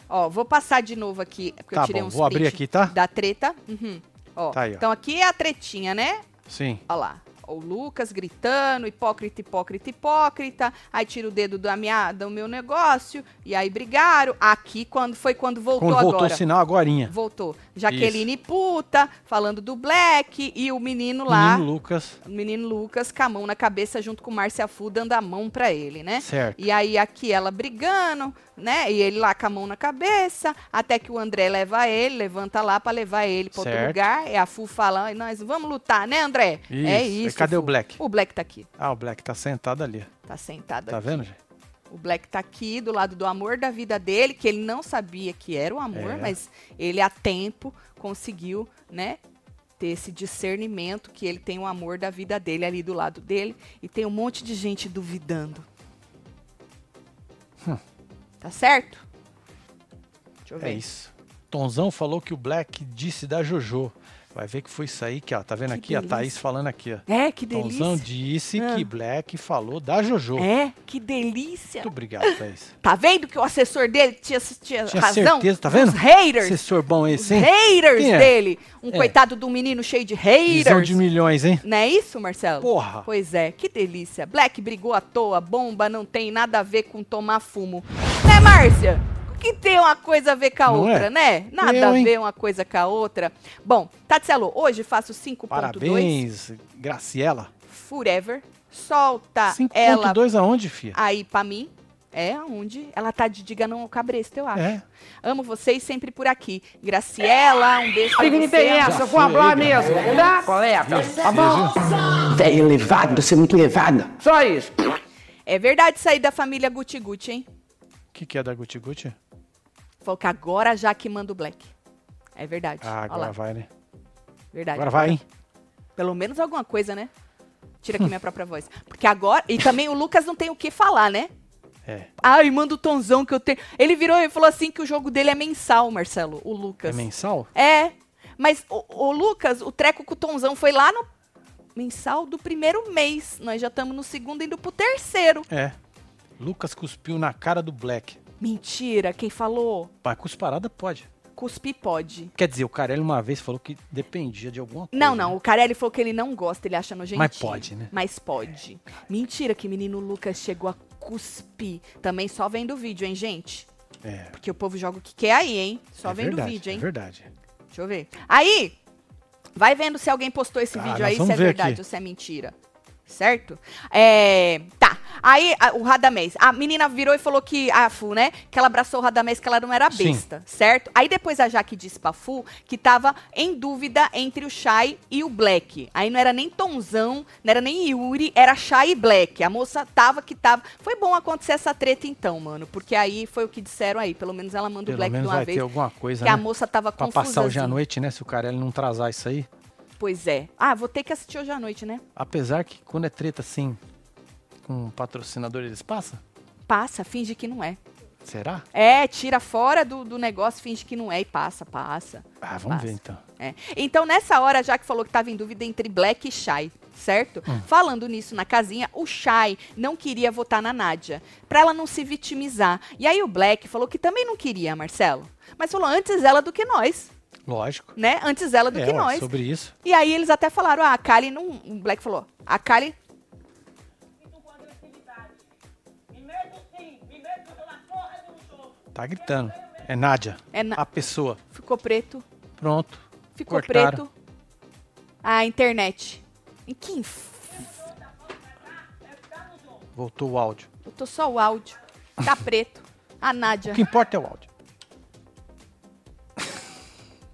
ó, vou passar de novo aqui, é porque Tá eu tirei bom, uns vou abrir print aqui, tá? Da treta. Uhum. Ó, Tá aí, ó. Então aqui é a tretinha, né? Sim. Ó lá. O Lucas gritando, hipócrita, hipócrita, hipócrita. Aí tira o dedo da minha, do meu negócio. E aí brigaram. Aqui quando foi quando voltou Quando voltou agora. o sinal, agorinha. Voltou. Jaqueline puta, falando do Black. E o menino lá, Menino Lucas. o menino Lucas, com a mão na cabeça, junto com o Márcia Fu, dando a mão pra ele, né? Certo. E aí aqui ela brigando, né? E ele lá com a mão na cabeça, até que o André leva ele, levanta lá pra levar ele pra outro Certo. lugar. E a Fu fala, "Ai, nós vamos lutar, né, André? É Isso. E isso. cadê o Fu. Black? O Black tá aqui, Ah, o Black tá sentado ali. tá sentado Tá aqui. vendo, gente? O Black tá aqui do lado do amor da vida dele, que ele não sabia que era o amor, É. mas ele a tempo conseguiu, né? ter esse discernimento que ele tem o amor da vida dele ali do lado dele e tem um monte de gente duvidando. Tá certo? Deixa eu ver. Hum. É isso. Tonzão falou que o Black disse da Jojo. Vai ver que foi isso aí que, ó, tá vendo Que aqui? A delícia. Thaís falando aqui, ó. É, que delícia. Tonzão disse Ah. que Black falou da Jojo. É, que delícia. Muito obrigado, Thaís. Tá vendo que o assessor dele tinha, tinha Tinha razão? certeza, tá vendo? Os haters. Assessor bom os esse, hein? haters Quem é? dele. Um É. coitado do menino cheio de Visão haters. de milhões, hein? Não é isso, Marcelo? Porra. Pois é, que delícia. Black brigou à toa, bomba não tem nada a ver com tomar fumo. Né, Márcia? O que tem uma coisa a ver com a Não outra, é? né? Nada Eu, a hein? ver uma coisa com a outra. Bom, Tatielo, hoje faço 5.2. Parabéns, Graciela. Forever. Solta Ah, ela Ah. 5.2 aonde, fia? aí pra mim. É onde ela tá de diga não ao cabresto, eu acho. É. Amo vocês sempre por aqui. Graciela, um beijo pra Dignidade você. é essa, Já eu vou falar foi, mesmo, tá, colega? Tá bom? Velho elevado, você é muito elevado. Só isso. É verdade sair da família Guti Guti, hein? O que, que é da Guti Guti? Falou que agora já que manda o Black. É verdade. Ah, Olha agora lá, vai, né? Verdade. Agora vai, hein? Pelo menos alguma coisa, né? Tira aqui minha própria voz. Porque agora. E também o Lucas não tem o que falar, né? É, Ai, manda o tonzão que eu tenho. Ele virou e falou assim que o jogo dele é mensal, Marcelo. O é Lucas. mensal? É. Mas o, o Lucas, o treco com o Tonzão foi lá no mensal do primeiro mês. Nós já estamos no segundo indo pro terceiro. É. Lucas cuspiu na cara do Black. Mentira, quem falou? Mas cusparada pode. Cuspi pode. Quer dizer, o Carelli uma vez falou que dependia de alguma coisa. Não, não, o Carelli falou que ele não gosta, ele acha nojentinho. Uhum. Mas pode, né? Mas pode. Mentira que menino Lucas chegou a cuspir. Também só vendo o vídeo, hein, gente? É. Porque o povo joga o que quer aí, hein? Só é vendo o verdade, vídeo, hein? É verdade. Deixa eu ver. Aí, vai vendo se alguém postou esse Ah, vídeo nós aí, se vamos é ver verdade aqui. ou se é mentira. Certo? É, tá. Aí, a- o Radamés. A menina virou e falou que a Fu, né? Que ela abraçou o Radamés, que ela não era Sim. besta, certo? Aí depois a Jaque disse pra Fu que tava em dúvida entre o Shai e o Black. Aí não era nem Tonzão, não era nem Yuri, era Shai e Black. A moça tava que tava. Foi bom acontecer essa treta então, mano, porque aí foi o que disseram aí. Pelo menos ela manda o Pelo Black de menos uma vai vez. ter alguma coisa, que né? a moça tava Pra confusa. passar hoje à assim. noite, né? Se o Carelli não atrasar isso aí. Pois é. Ah, vou ter que assistir hoje à noite, né? Apesar que quando é treta assim, com um patrocinador, eles passam? Passa, finge que não é. Será? É, tira fora do, do negócio, finge que não é e passa, passa. Ah, vamos Passa. ver então. É. Então, nessa hora, já que falou que estava em dúvida entre Black e Shai, certo? Hum. Falando nisso na casinha, o Shai não queria votar na Nádia, pra ela não se vitimizar. E aí o Black falou que também não queria, Marcelo. Mas falou antes ela do que nós, Lógico. né? Antes ela do é, que ué, nós. sobre isso. E aí eles até falaram, ah, a Kali não... O Black falou, a Kali Sinto com agressividade. Me meto sim, me meto pela porra do jogo. Tá gritando. É Nádia. É na- A pessoa. ficou preto. Pronto. Ficou Cortaram. preto. A internet. Em que inf... Voltou o áudio. Eu tô só o áudio. Tá preto. A Nádia. O que importa é o áudio.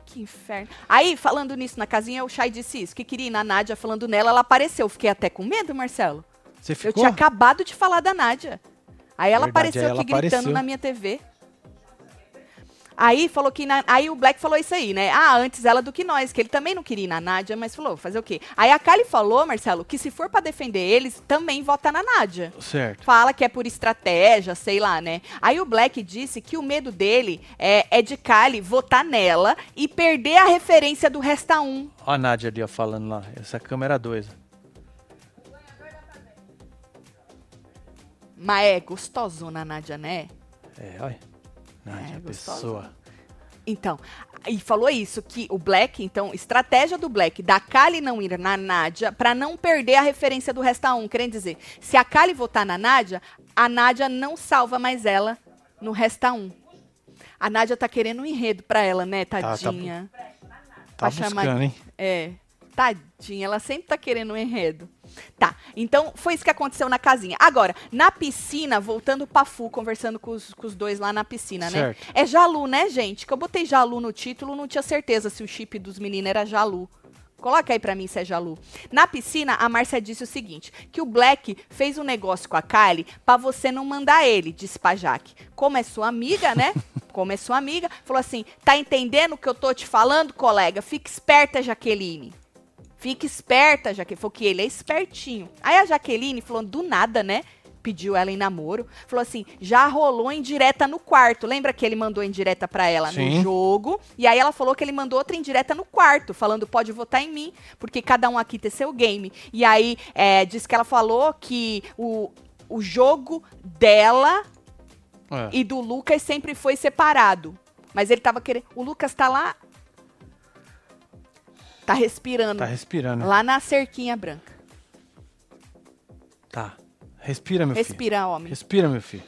Que inferno. Aí, falando nisso na casinha, o Chay disse isso. Que queria ir na Nádia falando nela, ela apareceu. Fiquei até com medo, Marcelo. Você Eu ficou? tinha acabado de falar da Nádia. Aí ela Verdade, apareceu aí aqui ela gritando apareceu. na minha TV. Aí falou que. na- aí o Black falou isso aí, né? Ah, antes ela do que nós, que ele também não queria ir na Nádia, mas falou, fazer o quê? Aí a Kali falou, Marcelo, que se for pra defender eles, também vota na Nádia. Certo. Fala que é por estratégia, sei lá, né? Aí o Black disse que o medo dele é, é de Kali votar nela e perder a referência do Resta 1. Ó a Nádia ali ó, falando lá. Essa câmera 2. Mas é gostosona a Nádia, né? É, olha. Nádia, É, gostosa. pessoa. Então, e falou isso, que o Black, então, estratégia do Black, da Kali não ir na Nádia pra não perder a referência do Resta 1. Querendo dizer, se a Kali votar na Nádia, a Nádia não salva mais ela no Resta 1. A Nádia tá querendo um enredo pra ela, né, tá tadinha? Pra Tá chamar- buscando, hein? É. Tadinha, ela sempre tá querendo um enredo. Tá, então foi isso que aconteceu na casinha. Agora, na piscina, voltando pra Fu, conversando com os, com os dois lá na piscina, né? Certo. É Jalu, né, gente? Que eu botei Jalu no título, não tinha certeza se o chip dos meninos era Jalu. Coloca aí pra mim, Sérgio Alu. Na piscina, a Márcia disse o seguinte: que o Black fez um negócio com a Kylie pra você não mandar ele, disse pra Jaque. Como é sua amiga, né? Como é sua amiga, falou assim: tá entendendo o que eu tô te falando, colega? Fica esperta, Jaqueline. Fica esperta, Jaqueline. Falou que ele é espertinho. Aí a Jaqueline falou, do nada, né? Pediu ela em namoro. Falou assim: já rolou indireta no quarto. Lembra que ele mandou indireta pra ela no Sim. jogo? E aí ela falou que ele mandou outra indireta no quarto, falando: pode votar em mim, porque cada um aqui tem seu game. E aí é, diz que ela falou que o, o jogo dela É. e do Lucas sempre foi separado. Mas ele tava querendo. O Lucas tá lá. Tá respirando. Tá respirando. Lá na cerquinha branca. Tá. Respira, meu filho. Respira, homem. Respira, meu filho.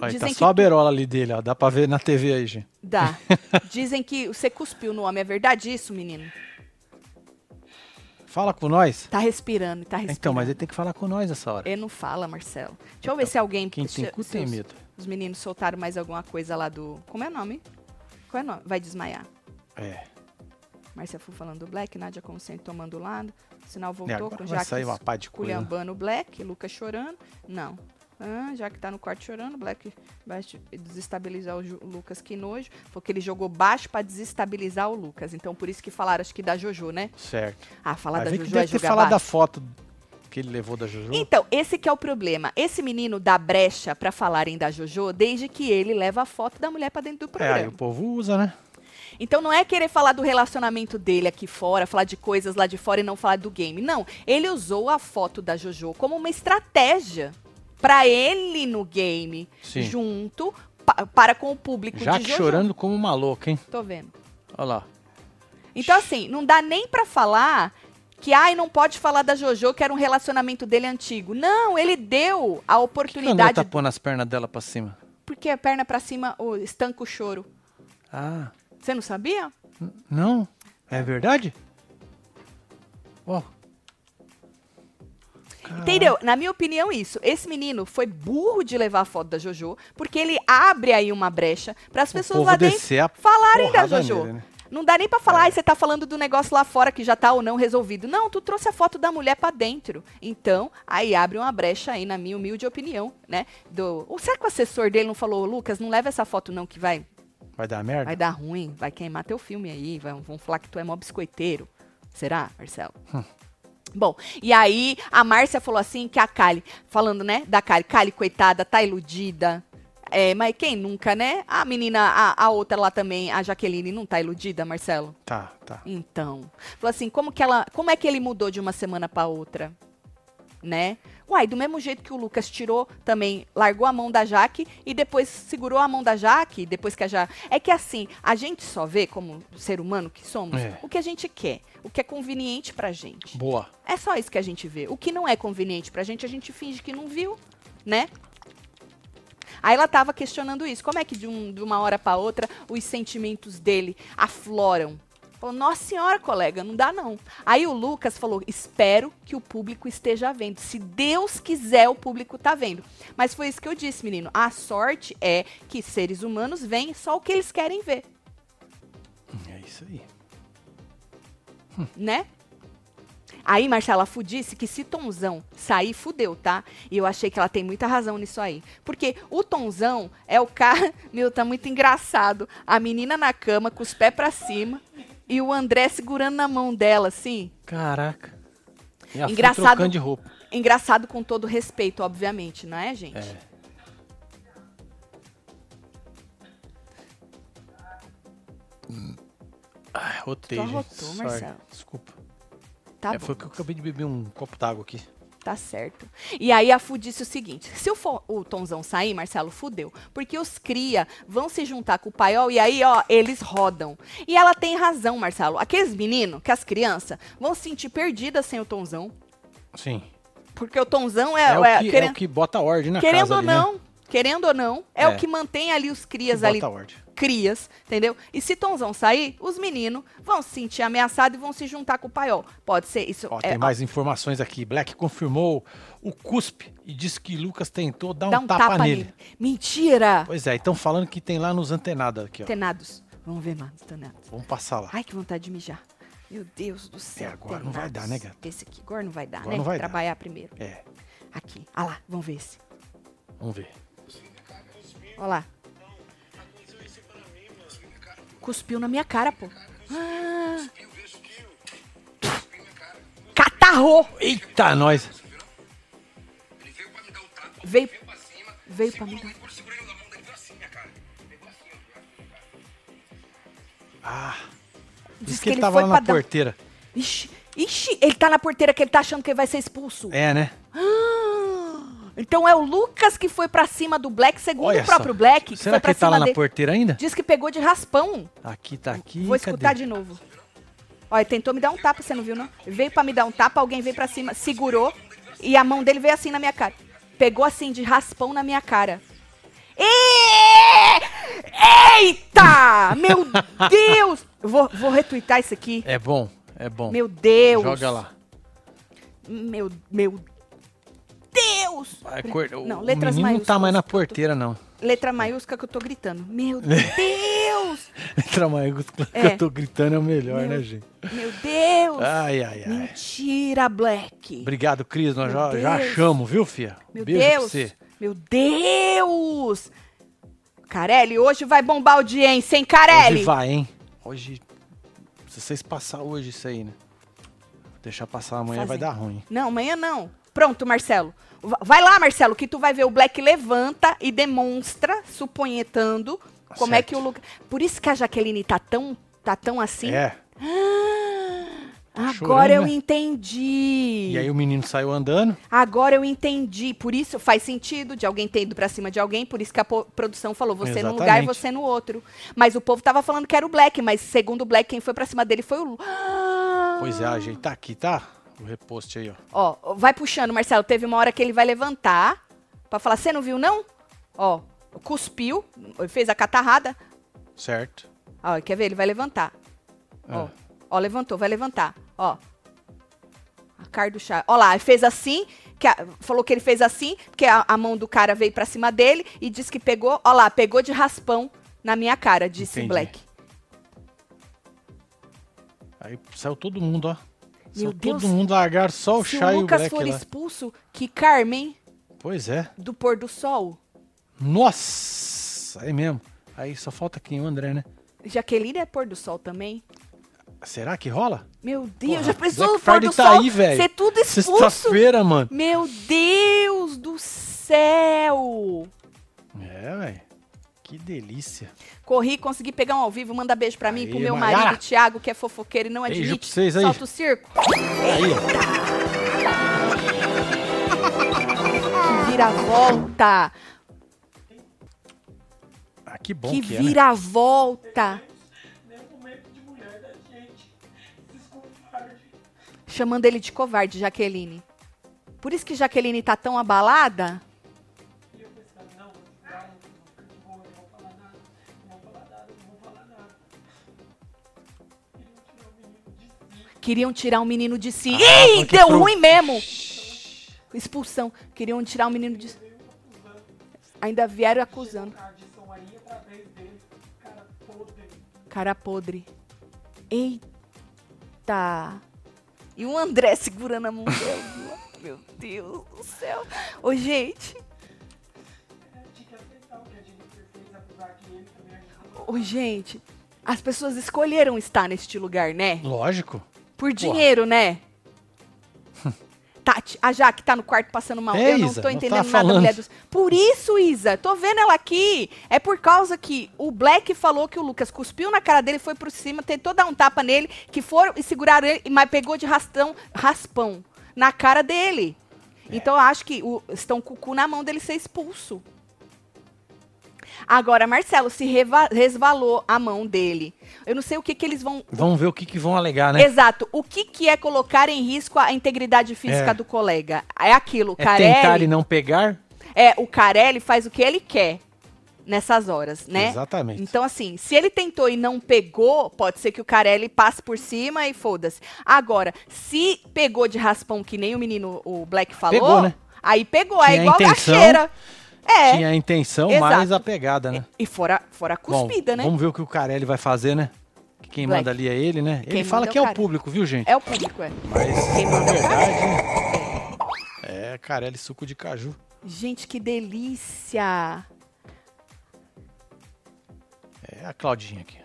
Aí, tá Dizem que- só a berola ali dele, ó. Dá pra ver na TV aí, gente. Dá. Dizem que você cuspiu no homem. É verdade isso, menino? Fala com nós. Tá respirando, tá respirando. Então, mas ele tem que falar com nós essa hora. Ele não fala, Marcelo. Deixa eu ver se alguém... Quem tem se- cu se tem os- medo. Os meninos soltaram mais alguma coisa lá do... Como é o nome? Qual é o nome? Vai desmaiar. É. Márcia Fu falando do Black, Nádia Consciente tomando lado, sinal É, voltou agora com vai Jaque sair uma pá de coisa. esculhambando o Black, Lucas chorando, não. Ah, já que tá no quarto chorando, Black vai te- desestabilizar o Ju- o Lucas, que nojo. Foi que ele jogou baixo pra desestabilizar o Lucas. Então, por isso que falaram, acho que da Jojo, né? Certo. Ah, falar Mas da vê que Jojo é deve ter jogar falado baixo. da foto que ele levou da Juju. Então, esse que é o problema. Esse menino dá brecha pra falarem da Jojo desde que ele leva a foto da mulher pra dentro do É, programa. aí o povo usa, né? Então não é querer falar do relacionamento dele aqui fora, falar de coisas lá de fora e não falar do game. Não, ele usou a foto da JoJo como uma estratégia pra ele no game, Sim. junto pa- para com o público Já de que JoJo. chorando como uma louca, hein? Tô vendo. Olha lá. Então assim, não dá nem pra falar que ai não pode falar da JoJo que era um relacionamento dele antigo. Não, ele deu a Quando oportunidade tá pondo as pernas dela pra cima. porque a perna pra cima o estanca o choro. Ah, Você não sabia? n- não? É verdade? Ó. Entendeu? Na minha opinião, isso. Esse menino foi burro de levar a foto da JoJo, porque ele abre aí uma brecha para as pessoas povo lá dentro descer a falarem da porrada JoJo. nele, né? Não dá nem pra falar, "Ai, você tá falando do negócio lá fora que já tá ou não resolvido. Não, tu trouxe a foto da mulher pra dentro. Então, aí abre uma brecha aí, na minha humilde opinião, né? Do... Ou será que o assessor dele não falou, Lucas, não leva essa foto não que vai, Vai dar merda? vai dar ruim, vai queimar teu filme aí, vai- vão falar que tu é mó biscoiteiro. Será, Marcelo? Bom, e aí a Márcia falou assim que a Kali, falando, né, da Kali, Kali, coitada, tá iludida. É, mas quem nunca, né? A menina, a, a outra lá também, a Jaqueline, não tá iludida, Marcelo? Tá, tá. Então. Falou assim, como que ela. Como é que ele mudou de uma semana pra outra? Né? Uai, do mesmo jeito que o Lucas tirou, também largou a mão da Jaque e depois segurou a mão da Jaque, depois que a Jaque. É que assim, a gente só vê, como ser humano que somos, É. o que a gente quer, o que é conveniente pra gente. Boa. É só isso que a gente vê. O que não é conveniente pra gente, a gente finge que não viu, né? Aí ela tava questionando isso. Como é que de, um- de uma hora pra outra os sentimentos dele afloram? Falou, nossa senhora, colega, não dá não. Aí o Lucas falou, espero que o público esteja vendo. Se Deus quiser, o público tá vendo. Mas foi isso que eu disse, menino. A sorte é que seres humanos veem só o que eles querem ver, É isso aí. né? Aí Marcela Fu disse que se Tonzão sair, fudeu, tá? E eu achei que ela tem muita razão nisso aí. Porque o Tonzão é o cara. Meu, tá muito engraçado. A menina na cama, com os pés pra cima, e o André segurando na mão dela, assim. Caraca. E a Fran Engraçado- trocando de roupa. Engraçado com todo respeito, obviamente, não é, gente? É. Ah, rotei, Tu gente. arrotou, Sorry. Marcelo. Desculpa. Tá é, bom. foi que eu acabei de beber um copo d'água aqui. Tá certo. E aí a Fu disse o seguinte: se o, fo- o Tonzão sair, Marcelo, fudeu. Porque os cria vão se juntar com o paiol e aí, ó, eles rodam. E ela tem razão, Marcelo. Aqueles meninos, que as crianças, vão se sentir perdidas sem o Tonzão. Sim. Porque o Tonzão é, É, o, é que, queren- é o que bota ordem na querendo casa ou ali, né? não. Querendo ou não, é, É. o que mantém ali os né? crias Que ali bota ordem. crias, entendeu? E se Tonzão sair, os meninos vão se sentir ameaçados e vão se juntar com o paiol. Pode ser isso. Ó, é, tem mais informações aqui. Black confirmou o cuspe e disse que Lucas tentou dar dá um, tapa, nele. Mentira! Pois é, então falando que tem lá nos antenadas aqui, ó. Tenados. Vamos ver mais, Tenados. Vamos passar lá. Ai, que vontade de mijar. Meu Deus do céu. agora não vai penados. dar, né, gata? Esse aqui agora não vai dar, Agora né? não Tem vai que dar. trabalhar primeiro. É, Aqui. Ah lá, vamos ver esse. vamos ver. Olha lá. Cuspiu na minha cara, pô. Ah. Catarro! Eita, nós! Veio, veio pra mim. Ah, Diz disse que que ele ele tava foi lá pra na dar um- porteira. Ixi, ixi, ele tá na porteira que ele tá achando que ele vai ser expulso. É, né? Ah, Então é o Lucas que foi pra cima do Black, segundo Olha o próprio só. Black. Que Será foi que pra ele tá cima lá na dele. porteira ainda? Diz que pegou de raspão. Aqui, tá aqui. Vou escutar cadê? de novo. Olha, tentou me dar um tapa, você não viu, não? Veio pra me dar um tapa, alguém veio pra cima, segurou e a mão dele veio assim na minha cara. Pegou assim, de raspão na minha cara. E- Eita! Meu Deus! Vou, vou retweetar isso aqui. É bom, é bom. Meu Deus! Joga lá. Meu, meu Deus! Vai, cor- Não, o letras menino não tá maiúsculas mais na que eu tô- porteira, não. Letra maiúscula que eu tô gritando. Meu Deus! Letra maiúscula que É. eu tô gritando é o melhor, Meu né, gente? Meu Deus! Ai, ai, ai. Mentira, Black! Obrigado, Cris. Meu Nós já, já Deus. achamos, viu, Fia? Meu Beijo pra Deus! você. Meu Deus! Carelli, hoje vai bombar a audiência, hein, Carelli? Hoje vai, hein? Hoje. Se vocês passar hoje isso aí, né? Deixar passar amanhã Fazer. vai dar ruim. Não, amanhã não. Pronto, Marcelo. Va- Vai lá, Marcelo, que tu vai ver o Black levanta e demonstra, suponhetando, como é Tá Certo. que o Lucas. Por isso que a Jaqueline tá tão, tá tão assim. É. Ah, Tá agora chorando, eu né? entendi. E aí o menino saiu andando. Agora eu entendi. Por isso faz sentido de alguém ter ido pra cima de alguém. Por isso que a po- produção falou você num Exatamente. lugar e você no outro. Mas o povo tava falando que era o Black, mas segundo o Black, quem foi pra cima dele foi o Lu. Pois é, ajeitar aqui, tá? O repost aí, ó. Ó, vai puxando, Marcelo. Teve uma hora que ele vai levantar pra falar: você não viu, não? Ó, cuspiu, fez a catarrada. Certo? Ó, quer ver? Ele vai levantar. É. Ó, ó, levantou, vai levantar. Ó. A cara do chá. Ó lá, ele fez assim, que a- falou que ele fez assim, porque a, a mão do cara veio pra cima dele e disse que pegou, ó lá, pegou de raspão na minha cara, disse Entendi. Black. Aí saiu todo mundo, ó. Saiu Deus. todo mundo, largaram só o Se chá o e o Lucas Black for lá. expulso, que Carmen Pois é. do pôr do sol. Nossa! É mesmo. Aí só falta quem? O André, né? Jaqueline é pôr do sol também. Será que rola? Meu Deus, Porra, já pensou o Black pôr Friday do tá sol aí, velho. ser tudo expulso? Sexta-feira, mano. Meu Deus do céu! É, velho. Que delícia. Corri, consegui pegar um ao vivo. Manda beijo pra mim, Aí, pro meu Maiara. marido, Thiago, que é fofoqueiro e não Beijo admite. pra vocês aí. Solta o circo. Aí, ó. Vira-volta. Ah, que bom Que que, é, né? vira-volta. Chamando ele de covarde, Jaqueline. Por isso que Jaqueline tá tão abalada. Queriam tirar o menino de si. Ih, foi Ah, que deu pro- ruim mesmo. Expulsão. Queriam tirar o menino de si. Ainda vieram acusando. Cara podre. Eita. E o André segurando a mão dele. Meu Deus do céu. Ô, gente. Ô, gente. As pessoas escolheram estar neste lugar, né? Lógico. Por dinheiro, né? Tati, a Jaque tá no quarto passando mal. É, eu não Isa, tô não tá entendendo nada, falando. mulher dos. Por isso, Isa, tô vendo ela aqui. É por causa que o Black falou que o Lucas cuspiu na cara dele, foi por cima, tentou dar um tapa nele, que foram e seguraram ele, mas pegou de rastão, raspão na cara dele. É. Então eu acho que o- estão com o cu na mão dele ser expulso. Agora, Marcelo, se reva- resvalou a mão dele. Eu não sei o que, que eles vão Vamos ver o que, que vão alegar, né? Exato. O que, que é colocar em risco a integridade física É. do colega? É aquilo. O é tentar Carelli, e não pegar? é, o Carelli faz o que ele quer nessas horas, né? Exatamente. Então, assim, se ele tentou e não pegou, pode ser que o Carelli passe por cima e foda-se. Agora, se pegou de raspão, que nem o menino, o Black falou, Pegou, né? aí pegou. é Tinha a igual intenção, gacheira. É. Tinha a intenção, Exato. mais a pegada, né? E fora, fora a Bom, cuspida, né? Vamos ver o que o Carelli vai fazer, né? que quem Black. manda ali é ele, né? Quem ele fala manda é que é o o cara. público, viu, gente? É o público, é. Mas, Quem na manda é o cara. verdade, é Carelli suco de caju. Gente, que delícia! É a Claudinha aqui.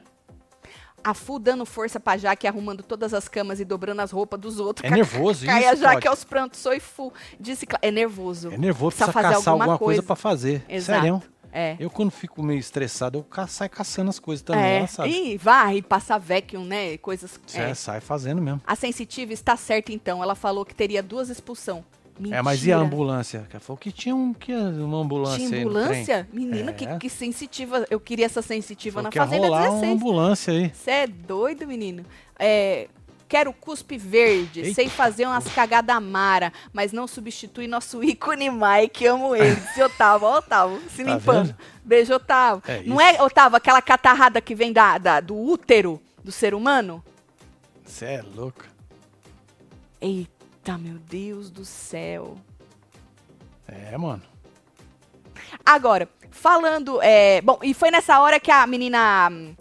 A Fu dando força pra Jaque, arrumando todas as camas e dobrando as roupas dos outros. É nervoso Cai isso, a Jaque Cláudia. aos prantos, sou e Fu. Disse, Cla- é nervoso. É nervoso, Precisa precisa fazer caçar alguma alguma coisa, coisa. pra fazer. Exato. Sério. É. Eu, quando fico meio estressado, eu ca- saio caçando as coisas também. é. Ela sabe. E varre, passa vacuum, né? Coisas. Você É. sai fazendo mesmo. A sensitiva está certa, então. Ela falou que teria duas expulsão. Mentira. É, mas e a ambulância? Ela falou que tinha um, que uma ambulância Tinha aí no trem. ambulância? Menina, que, É. que sensitiva. Eu queria essa sensitiva Falou na que ia Fazenda rolar um uma 16. ambulância aí. Você é doido, menino? É, Quero cuspe verde, Eita. sei fazer umas cagadas mara, mas não substitui nosso ícone Mike, amo ele. Disse Otávio, ó Otávio, se Tá limpando. vendo? Beijo, Otávio. É não isso. é, Otávio, aquela catarrada que vem da, da- do útero do ser humano? Você é louco. Eita, meu Deus do céu. É, mano. Agora, falando. é, bom, e foi nessa hora que a menina. hum,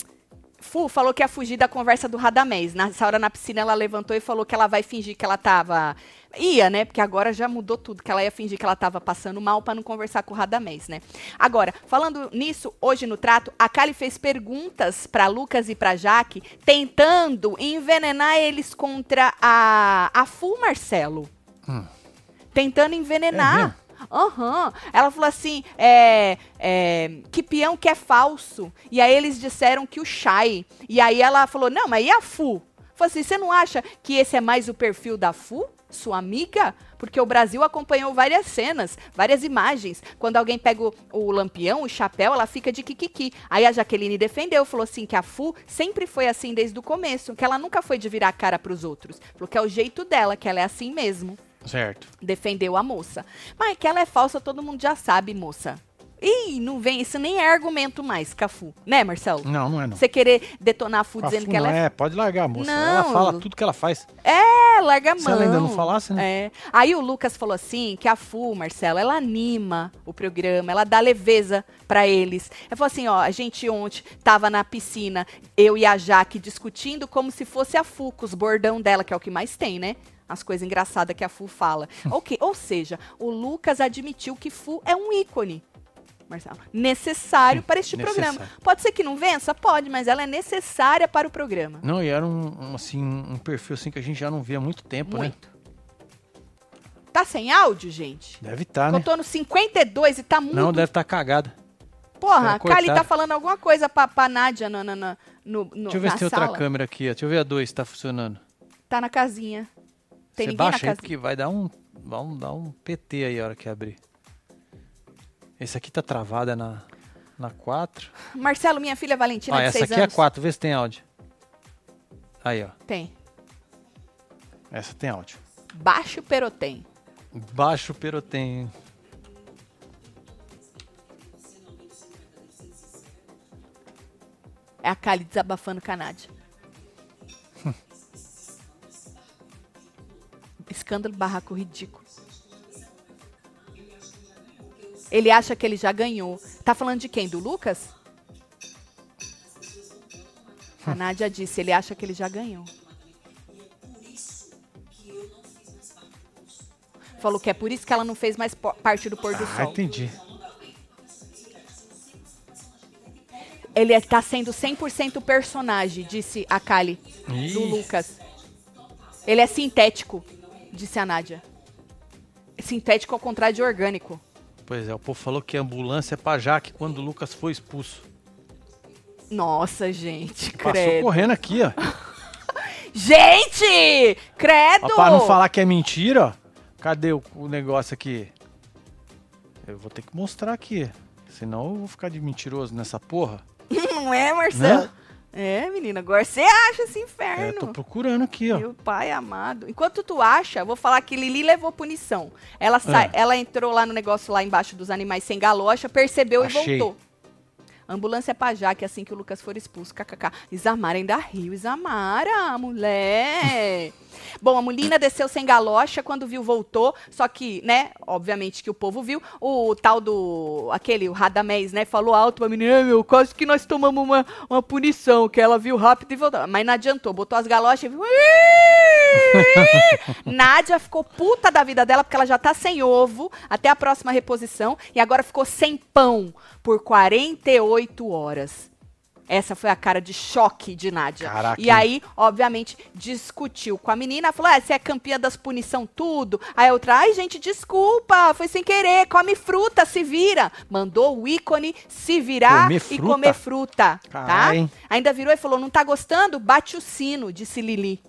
Fu falou que ia fugir da conversa do Radamés. Nessa hora na piscina ela levantou e falou que ela vai fingir que ela tava. Ia, né? Porque agora já mudou tudo, que ela ia fingir que ela tava passando mal pra não conversar com o Radamés, né? Agora, falando nisso, hoje no trato, a Kali fez perguntas pra Lucas e pra Jaque, tentando envenenar eles contra a, a Fu Marcelo. Tentando É envenenar. mesmo? Aham. Ela falou assim: é, é, que peão que é falso. E aí eles disseram que o Shai. E aí ela falou: não, mas e a Fu? Falou assim: você não acha que esse é mais o perfil da Fu? Sua amiga? Porque o Brasil acompanhou várias cenas, várias imagens. Quando alguém pega o, o lampião, o chapéu, ela fica de kikiki. Aí a Jaqueline defendeu, falou assim que a Fu sempre foi assim desde o começo, que ela nunca foi de virar a cara pros outros. Falou que é o jeito dela, que ela é assim mesmo Certo. defendeu a moça. Mas que ela é falsa, todo mundo já sabe, moça. Ih, não vem, isso nem é argumento mais, Cafu. Né, Marcelo? Não, não é não. Você querer detonar a Fu A dizendo Fu que ela não é... é, pode largar a moça. Ela Não. fala tudo que ela faz. é, larga a mão. Se ela ainda não falasse, né? É. Aí o Lucas falou assim, que a Fu, Marcelo, ela anima o programa, ela dá leveza pra eles. Ela falou assim, ó, a gente ontem tava na piscina, eu e a Jaque discutindo como se fosse a Fu, com os bordão dela, que é o que mais tem, né? As coisas engraçadas que a Fu fala. Hum. ok, ou seja, o Lucas admitiu que Fu é um ícone. Marcelo, necessário para este Hum, necessário. programa. Pode ser que não vença? Pode, mas ela é necessária para o programa. Não, e era um, um, assim, um perfil assim que a gente já não via há muito tempo, né? Muito. Tá sem áudio, gente? Deve estar, Eu né? tô no 52 e tá muito. Não, deve estar cagada. Porra, é, a Kali coitada. tá falando alguma coisa pra, pra Nádia na, na, na, no, no, Deixa eu ver na se tem sala. outra câmera aqui. ó. Deixa eu ver a 2 se tá funcionando. Tá na casinha. Tem Você ninguém na baixa aí, casinha. porque vai dar um, vai um, dar um PT aí a hora que abrir. Esse aqui tá travada na, na 4. Marcelo, minha filha Valentina, Ah, de essa 6 aqui é a anos. 4, vê se tem áudio. Aí, ó. Tem. Essa tem áudio. Baixo perotém. Baixo perotém. É a Kali desabafando com a Nádia. Escândalo barraco ridículo. Ele acha que ele já ganhou. Tá falando de quem? Do Lucas? A Nádia disse, ele acha que ele já ganhou. Falou que é por isso que ela não fez mais po- parte do pôr do Ah, sol. entendi. Ele tá sendo 100% personagem, disse a Kali Ih. do Lucas. Ele é sintético, disse a Nádia. Sintético ao contrário de orgânico. Pois é, o povo falou que a ambulância é pra Jaque quando o Lucas foi expulso. Nossa, gente, Passou credo. correndo aqui, ó. Gente! Credo! Ó, pra não falar que é mentira, ó. Cadê o, o negócio aqui? Eu vou ter que mostrar aqui. Senão eu vou ficar de mentiroso nessa porra. Não é, Marcelo? Né? É, menina, agora você acha esse É, eu tô inferno. procurando aqui, ó. Meu pai amado. Enquanto tu acha, eu vou falar que Lili levou punição. Ela, sa- Ah. ela entrou lá no negócio lá embaixo dos animais sem galocha, percebeu e Achei. voltou. Ambulância pra Jaque assim que o Lucas for expulso. KKK. Isamara ainda riu. Isamara, mulher. Bom, a mulina desceu sem galocha, quando viu, voltou. Só que, né, obviamente que o povo viu. O tal do. aquele, o Radamés, né, falou alto pra menina: "É, meu, quase que nós tomamos uma, uma punição, que ela viu rápido e voltou. Mas não adiantou, botou as galochas e viu. Nádia ficou puta da vida dela, porque ela já tá sem ovo até a próxima reposição e agora ficou sem pão por 48 horas. Essa foi a cara de choque de Nádia. Caraca, E hein? aí, obviamente, discutiu com a menina, falou: ah, você é campeã das punição tudo. Aí a outra, ai, gente, desculpa, foi sem querer, come fruta, se vira. Mandou o ícone se virar Comer e fruta? comer fruta. Caralho, tá? hein? Ainda virou e falou: não tá gostando? Bate o sino, disse Lili.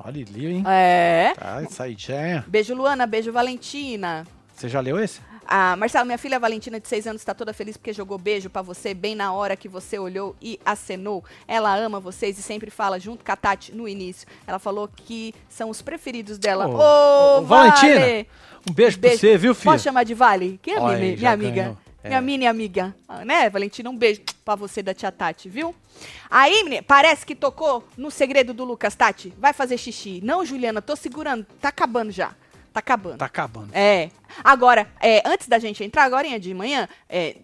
Olha ali, hein? É. Tá, isso aí já é. Beijo, Luana. Beijo, Valentina. Você já leu esse? Ah, Marcelo, minha filha Valentina, de 6 anos, tá toda feliz porque jogou beijo pra você bem na hora que você olhou e acenou. Ela ama vocês e sempre fala junto com a Tati no início. Ela falou que são os preferidos dela. Ô, Ô, ô, Valentina, Vale! Um beijo, pra você, viu, filho? Posso chamar de Vale? Que é Olha minha, aí, minha já amiga. ganhou. É. Minha mini amiga. Ah, né, Valentina? Um beijo pra você da tia Tati, viu? Aí, menina, parece que tocou no segredo do Lucas, Tati. Vai fazer xixi. Não, Juliana, tô segurando. Tá acabando já. Tá acabando. Tá acabando. É. Agora, é, antes da gente entrar, agora de manhã, é,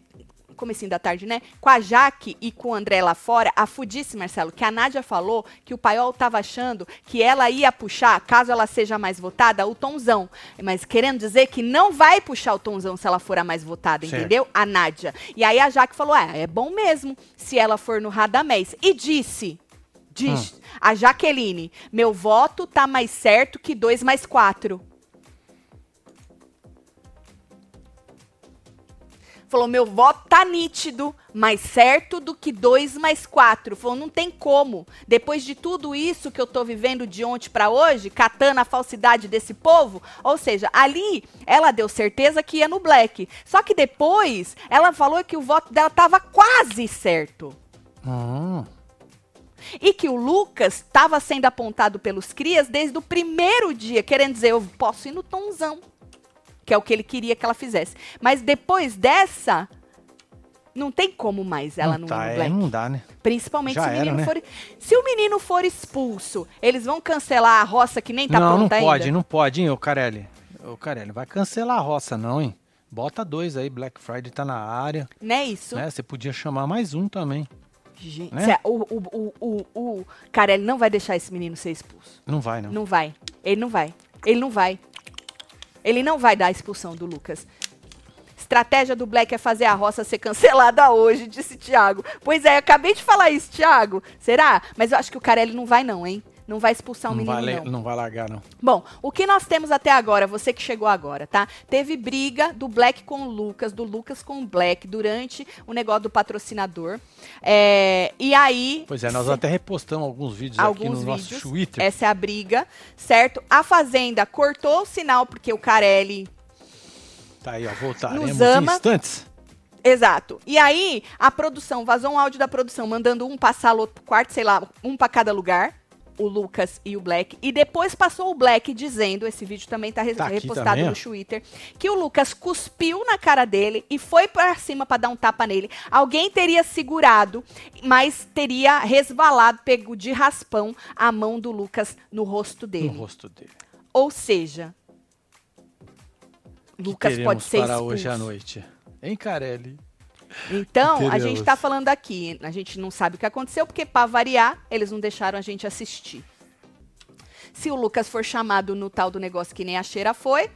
comecinho da tarde, né? Com a Jaque e com o André lá fora, a fudice, Marcelo, que a Nádia falou que o Paiol tava achando que ela ia puxar, caso ela seja mais votada, o Tonzão. Mas querendo dizer que não vai puxar o Tonzão se ela for a mais votada, Certo. entendeu? A Nádia. E aí a Jaque falou, ah, é bom mesmo se ela for no Radamés. E disse... Diz, a Jaqueline, meu voto tá mais certo que dois mais quatro. Falou, meu voto tá nítido, mais certo do que dois mais quatro. Falou, não tem como. Depois de tudo isso que eu tô vivendo de ontem pra hoje, catando a falsidade desse povo, ou seja, ali ela deu certeza que ia no black. Só que depois ela falou que o voto dela tava quase certo Hum, e que o Lucas estava sendo apontado pelos crias desde o primeiro dia, querendo dizer, eu posso ir no tonzão, que é o que ele queria que ela fizesse. Mas depois dessa, não tem como mais ela não, tá, ir no é, Black. não dá, né? Principalmente Já se o menino era, né? for. Se o menino for expulso, eles vão cancelar a roça que nem tá não, não pronta ainda. pode, não pode, hein, ô Carelli. Ô Carelli, vai cancelar a roça, não, hein? Bota dois aí, Black Friday tá na área, Não é isso? né? Você podia chamar mais um também. Gente, Né? cê- o, o, o, o, o Carelli não vai deixar esse menino ser expulso. Não vai, não. Não vai. Ele não vai. Ele não vai. Ele não vai dar a expulsão do Lucas. Estratégia do Black é fazer a roça ser cancelada hoje, disse Thiago. Pois é, eu acabei de falar isso, Thiago. Será? Mas eu acho que o Carelli não vai não, hein? Não vai expulsar o Não um menino, vai, le- não. não vai largar, não. Bom, o que nós temos até agora, você que chegou agora, tá? Teve briga do Black com o Lucas, do Lucas com o Black, durante o negócio do patrocinador. É, e aí... Pois é, nós até repostamos alguns vídeos aqui no alguns nosso vídeos. Twitter. Essa é a briga, certo? A Fazenda cortou o sinal porque o Carelli. Tá aí, ó, voltaremos Nos em ama. instantes. Exato. E aí, a produção, vazou um áudio da produção, mandando um passar o outro pro quarto, sei lá, um pra cada lugar. O Lucas e o Black. E depois passou o Black dizendo: esse vídeo também tá, re- Tá aqui repostado também, ó. no Twitter. Que o Lucas cuspiu na cara dele e foi pra cima pra dar um tapa nele. Alguém teria segurado, mas teria resvalado, pego de raspão a mão do Lucas no rosto dele. No rosto dele. Ou seja, Lucas Teremos pode ser para expulso. hoje à noite. Hein, Carelli? Então, a Teremos. gente tá falando aqui, a gente não sabe o que aconteceu, porque para variar, eles não deixaram a gente assistir. Se o Lucas for chamado no tal do negócio que nem a cheira foi,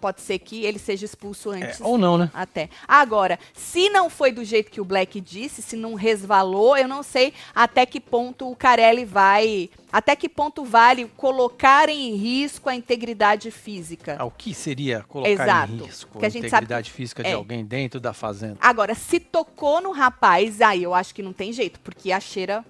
pode ser que ele seja expulso É, antes. ou não, né? Até. Agora, se não foi do jeito que o Black disse, se não resvalou, eu não sei até que ponto o Carelli vai. Até que ponto vale colocar em risco a integridade física. Ao Ah, que seria colocar em Exato. risco Porque a a gente sabe integridade física de é. alguém dentro da fazenda? Agora, se tocou no rapaz, aí eu acho que não tem jeito, porque a cheira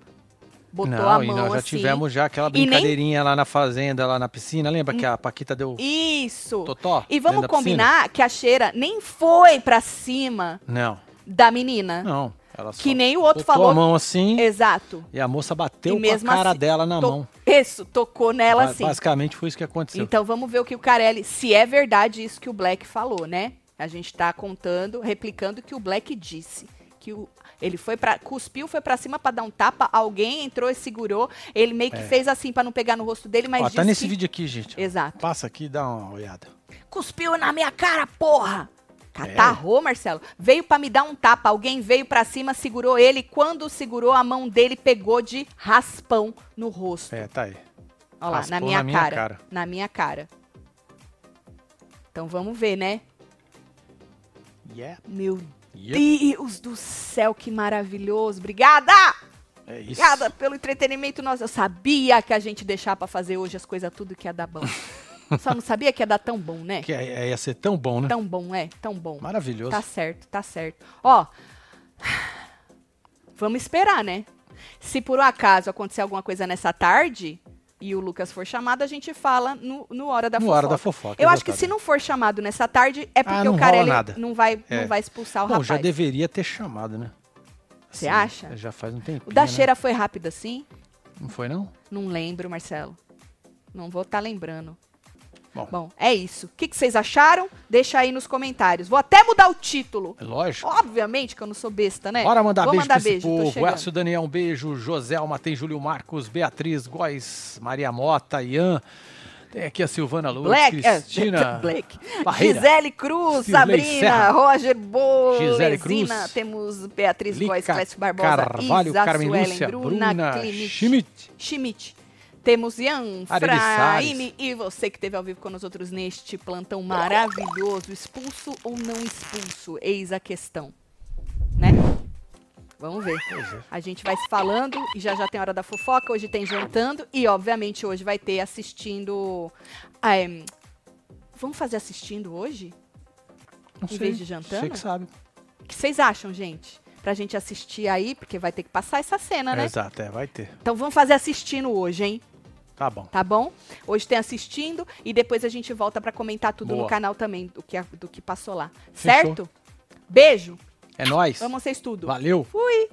botou não, a mão e nós já assim. tivemos já aquela E nem- Hum. brincadeirinha lá na fazenda, lá na piscina. Lembra que a Paquita deu Isso. totó? E dentro vamos da piscina? combinar que a cheira nem foi pra cima Não, da menina. não. Ela só Que nem o outro botou falou. a mão assim Exato. e a moça bateu E com a mesmo cara assim, dela na to- mão. Isso, tocou nela Ba- assim. Basicamente foi isso que aconteceu. Então vamos ver o que o Carelli, se é verdade isso que o Black falou, né? A gente tá contando, replicando o que o Black disse, que o Ele foi para cuspiu, foi pra cima pra dar um tapa, alguém entrou e segurou. Ele meio que fez assim pra não pegar no rosto dele, mas É. Ó, diz tá nesse que- vídeo aqui, gente. ó. Exato. Passa aqui e dá uma olhada. Cuspiu na minha cara, porra! É. Catarrou, Marcelo. Veio pra me dar um tapa. Alguém veio pra cima, segurou ele. Quando segurou, a mão dele pegou de raspão no rosto. É, tá aí. Olha lá, Raspou na minha, na minha cara, cara. Na minha cara. Então vamos ver, né? Yeah. Meu Yep. Deus do céu, que maravilhoso. Obrigada! É isso. Obrigada pelo entretenimento. Nossa, eu sabia que a gente deixar pra fazer hoje as coisas tudo que ia dar bom. Só não sabia que ia dar tão bom, né? Que é, é- ia ser tão bom, né? Tão bom, é, tão bom. Maravilhoso. Tá certo, tá certo. Ó, vamos esperar, né? Se por um acaso acontecer alguma coisa nessa tarde e o Lucas for chamado, a gente fala no, no Hora da No Fofoca. Hora da Fofoca, Eu acho que exatamente. se Ah, não for chamado nessa tarde, é porque não o rola Carelli nada. não vai, É. não vai expulsar o Bom, rapaz. já deveria ter chamado, né? Você acha? Já faz um tempinho. O da né? cheira foi rápido assim? Não foi, não? Não lembro, Marcelo. Não vou estar lembrando. Bom. Bom, é isso. O que, que vocês acharam? Deixa aí nos comentários. Vou até mudar o título. É Lógico. Obviamente que eu não sou besta, né? Bora mandar Vou beijo mandar pra esse beijo, tô povo. chegando. Écio Daniel, um beijo. José Almatem, Júlio Marcos, Beatriz, Góes, Maria Mota, Ian. Tem aqui a Silvana Luz, Black, Cristina. é, Black. Barreira. Gisele Cruz, Cirlei Sabrina, Serra. Roger Bolesina, Gisele Cruz. temos Beatriz Lica Góes, Clécio Barbosa, Carvalho, Isa Carmen Suelen, Lúcia, Bruna, Bruna Klimit, Schmidt. Schmidt. Temos Ian, Areli Salles. Fraine e você que esteve ao vivo com nós outros neste plantão maravilhoso. Expulso ou não expulso? Eis a questão. Né? Vamos ver. A gente vai se falando e já já tem hora da fofoca. Hoje tem jantando e, obviamente, hoje vai ter assistindo. Ah, é, vamos fazer assistindo hoje? Não Em vez de jantando? Você que sabe. O que vocês acham, gente? Pra gente assistir aí, porque vai ter que passar essa cena, né? Exato, é, vai ter. Então vamos fazer assistindo hoje, hein? Tá bom. Tá bom? Hoje tem assistindo e depois a gente volta pra comentar tudo no Boa. canal também, do que, a- do que passou lá. Fechou. Certo? Beijo. É nóis. Amo vocês tudo. Valeu. Fui.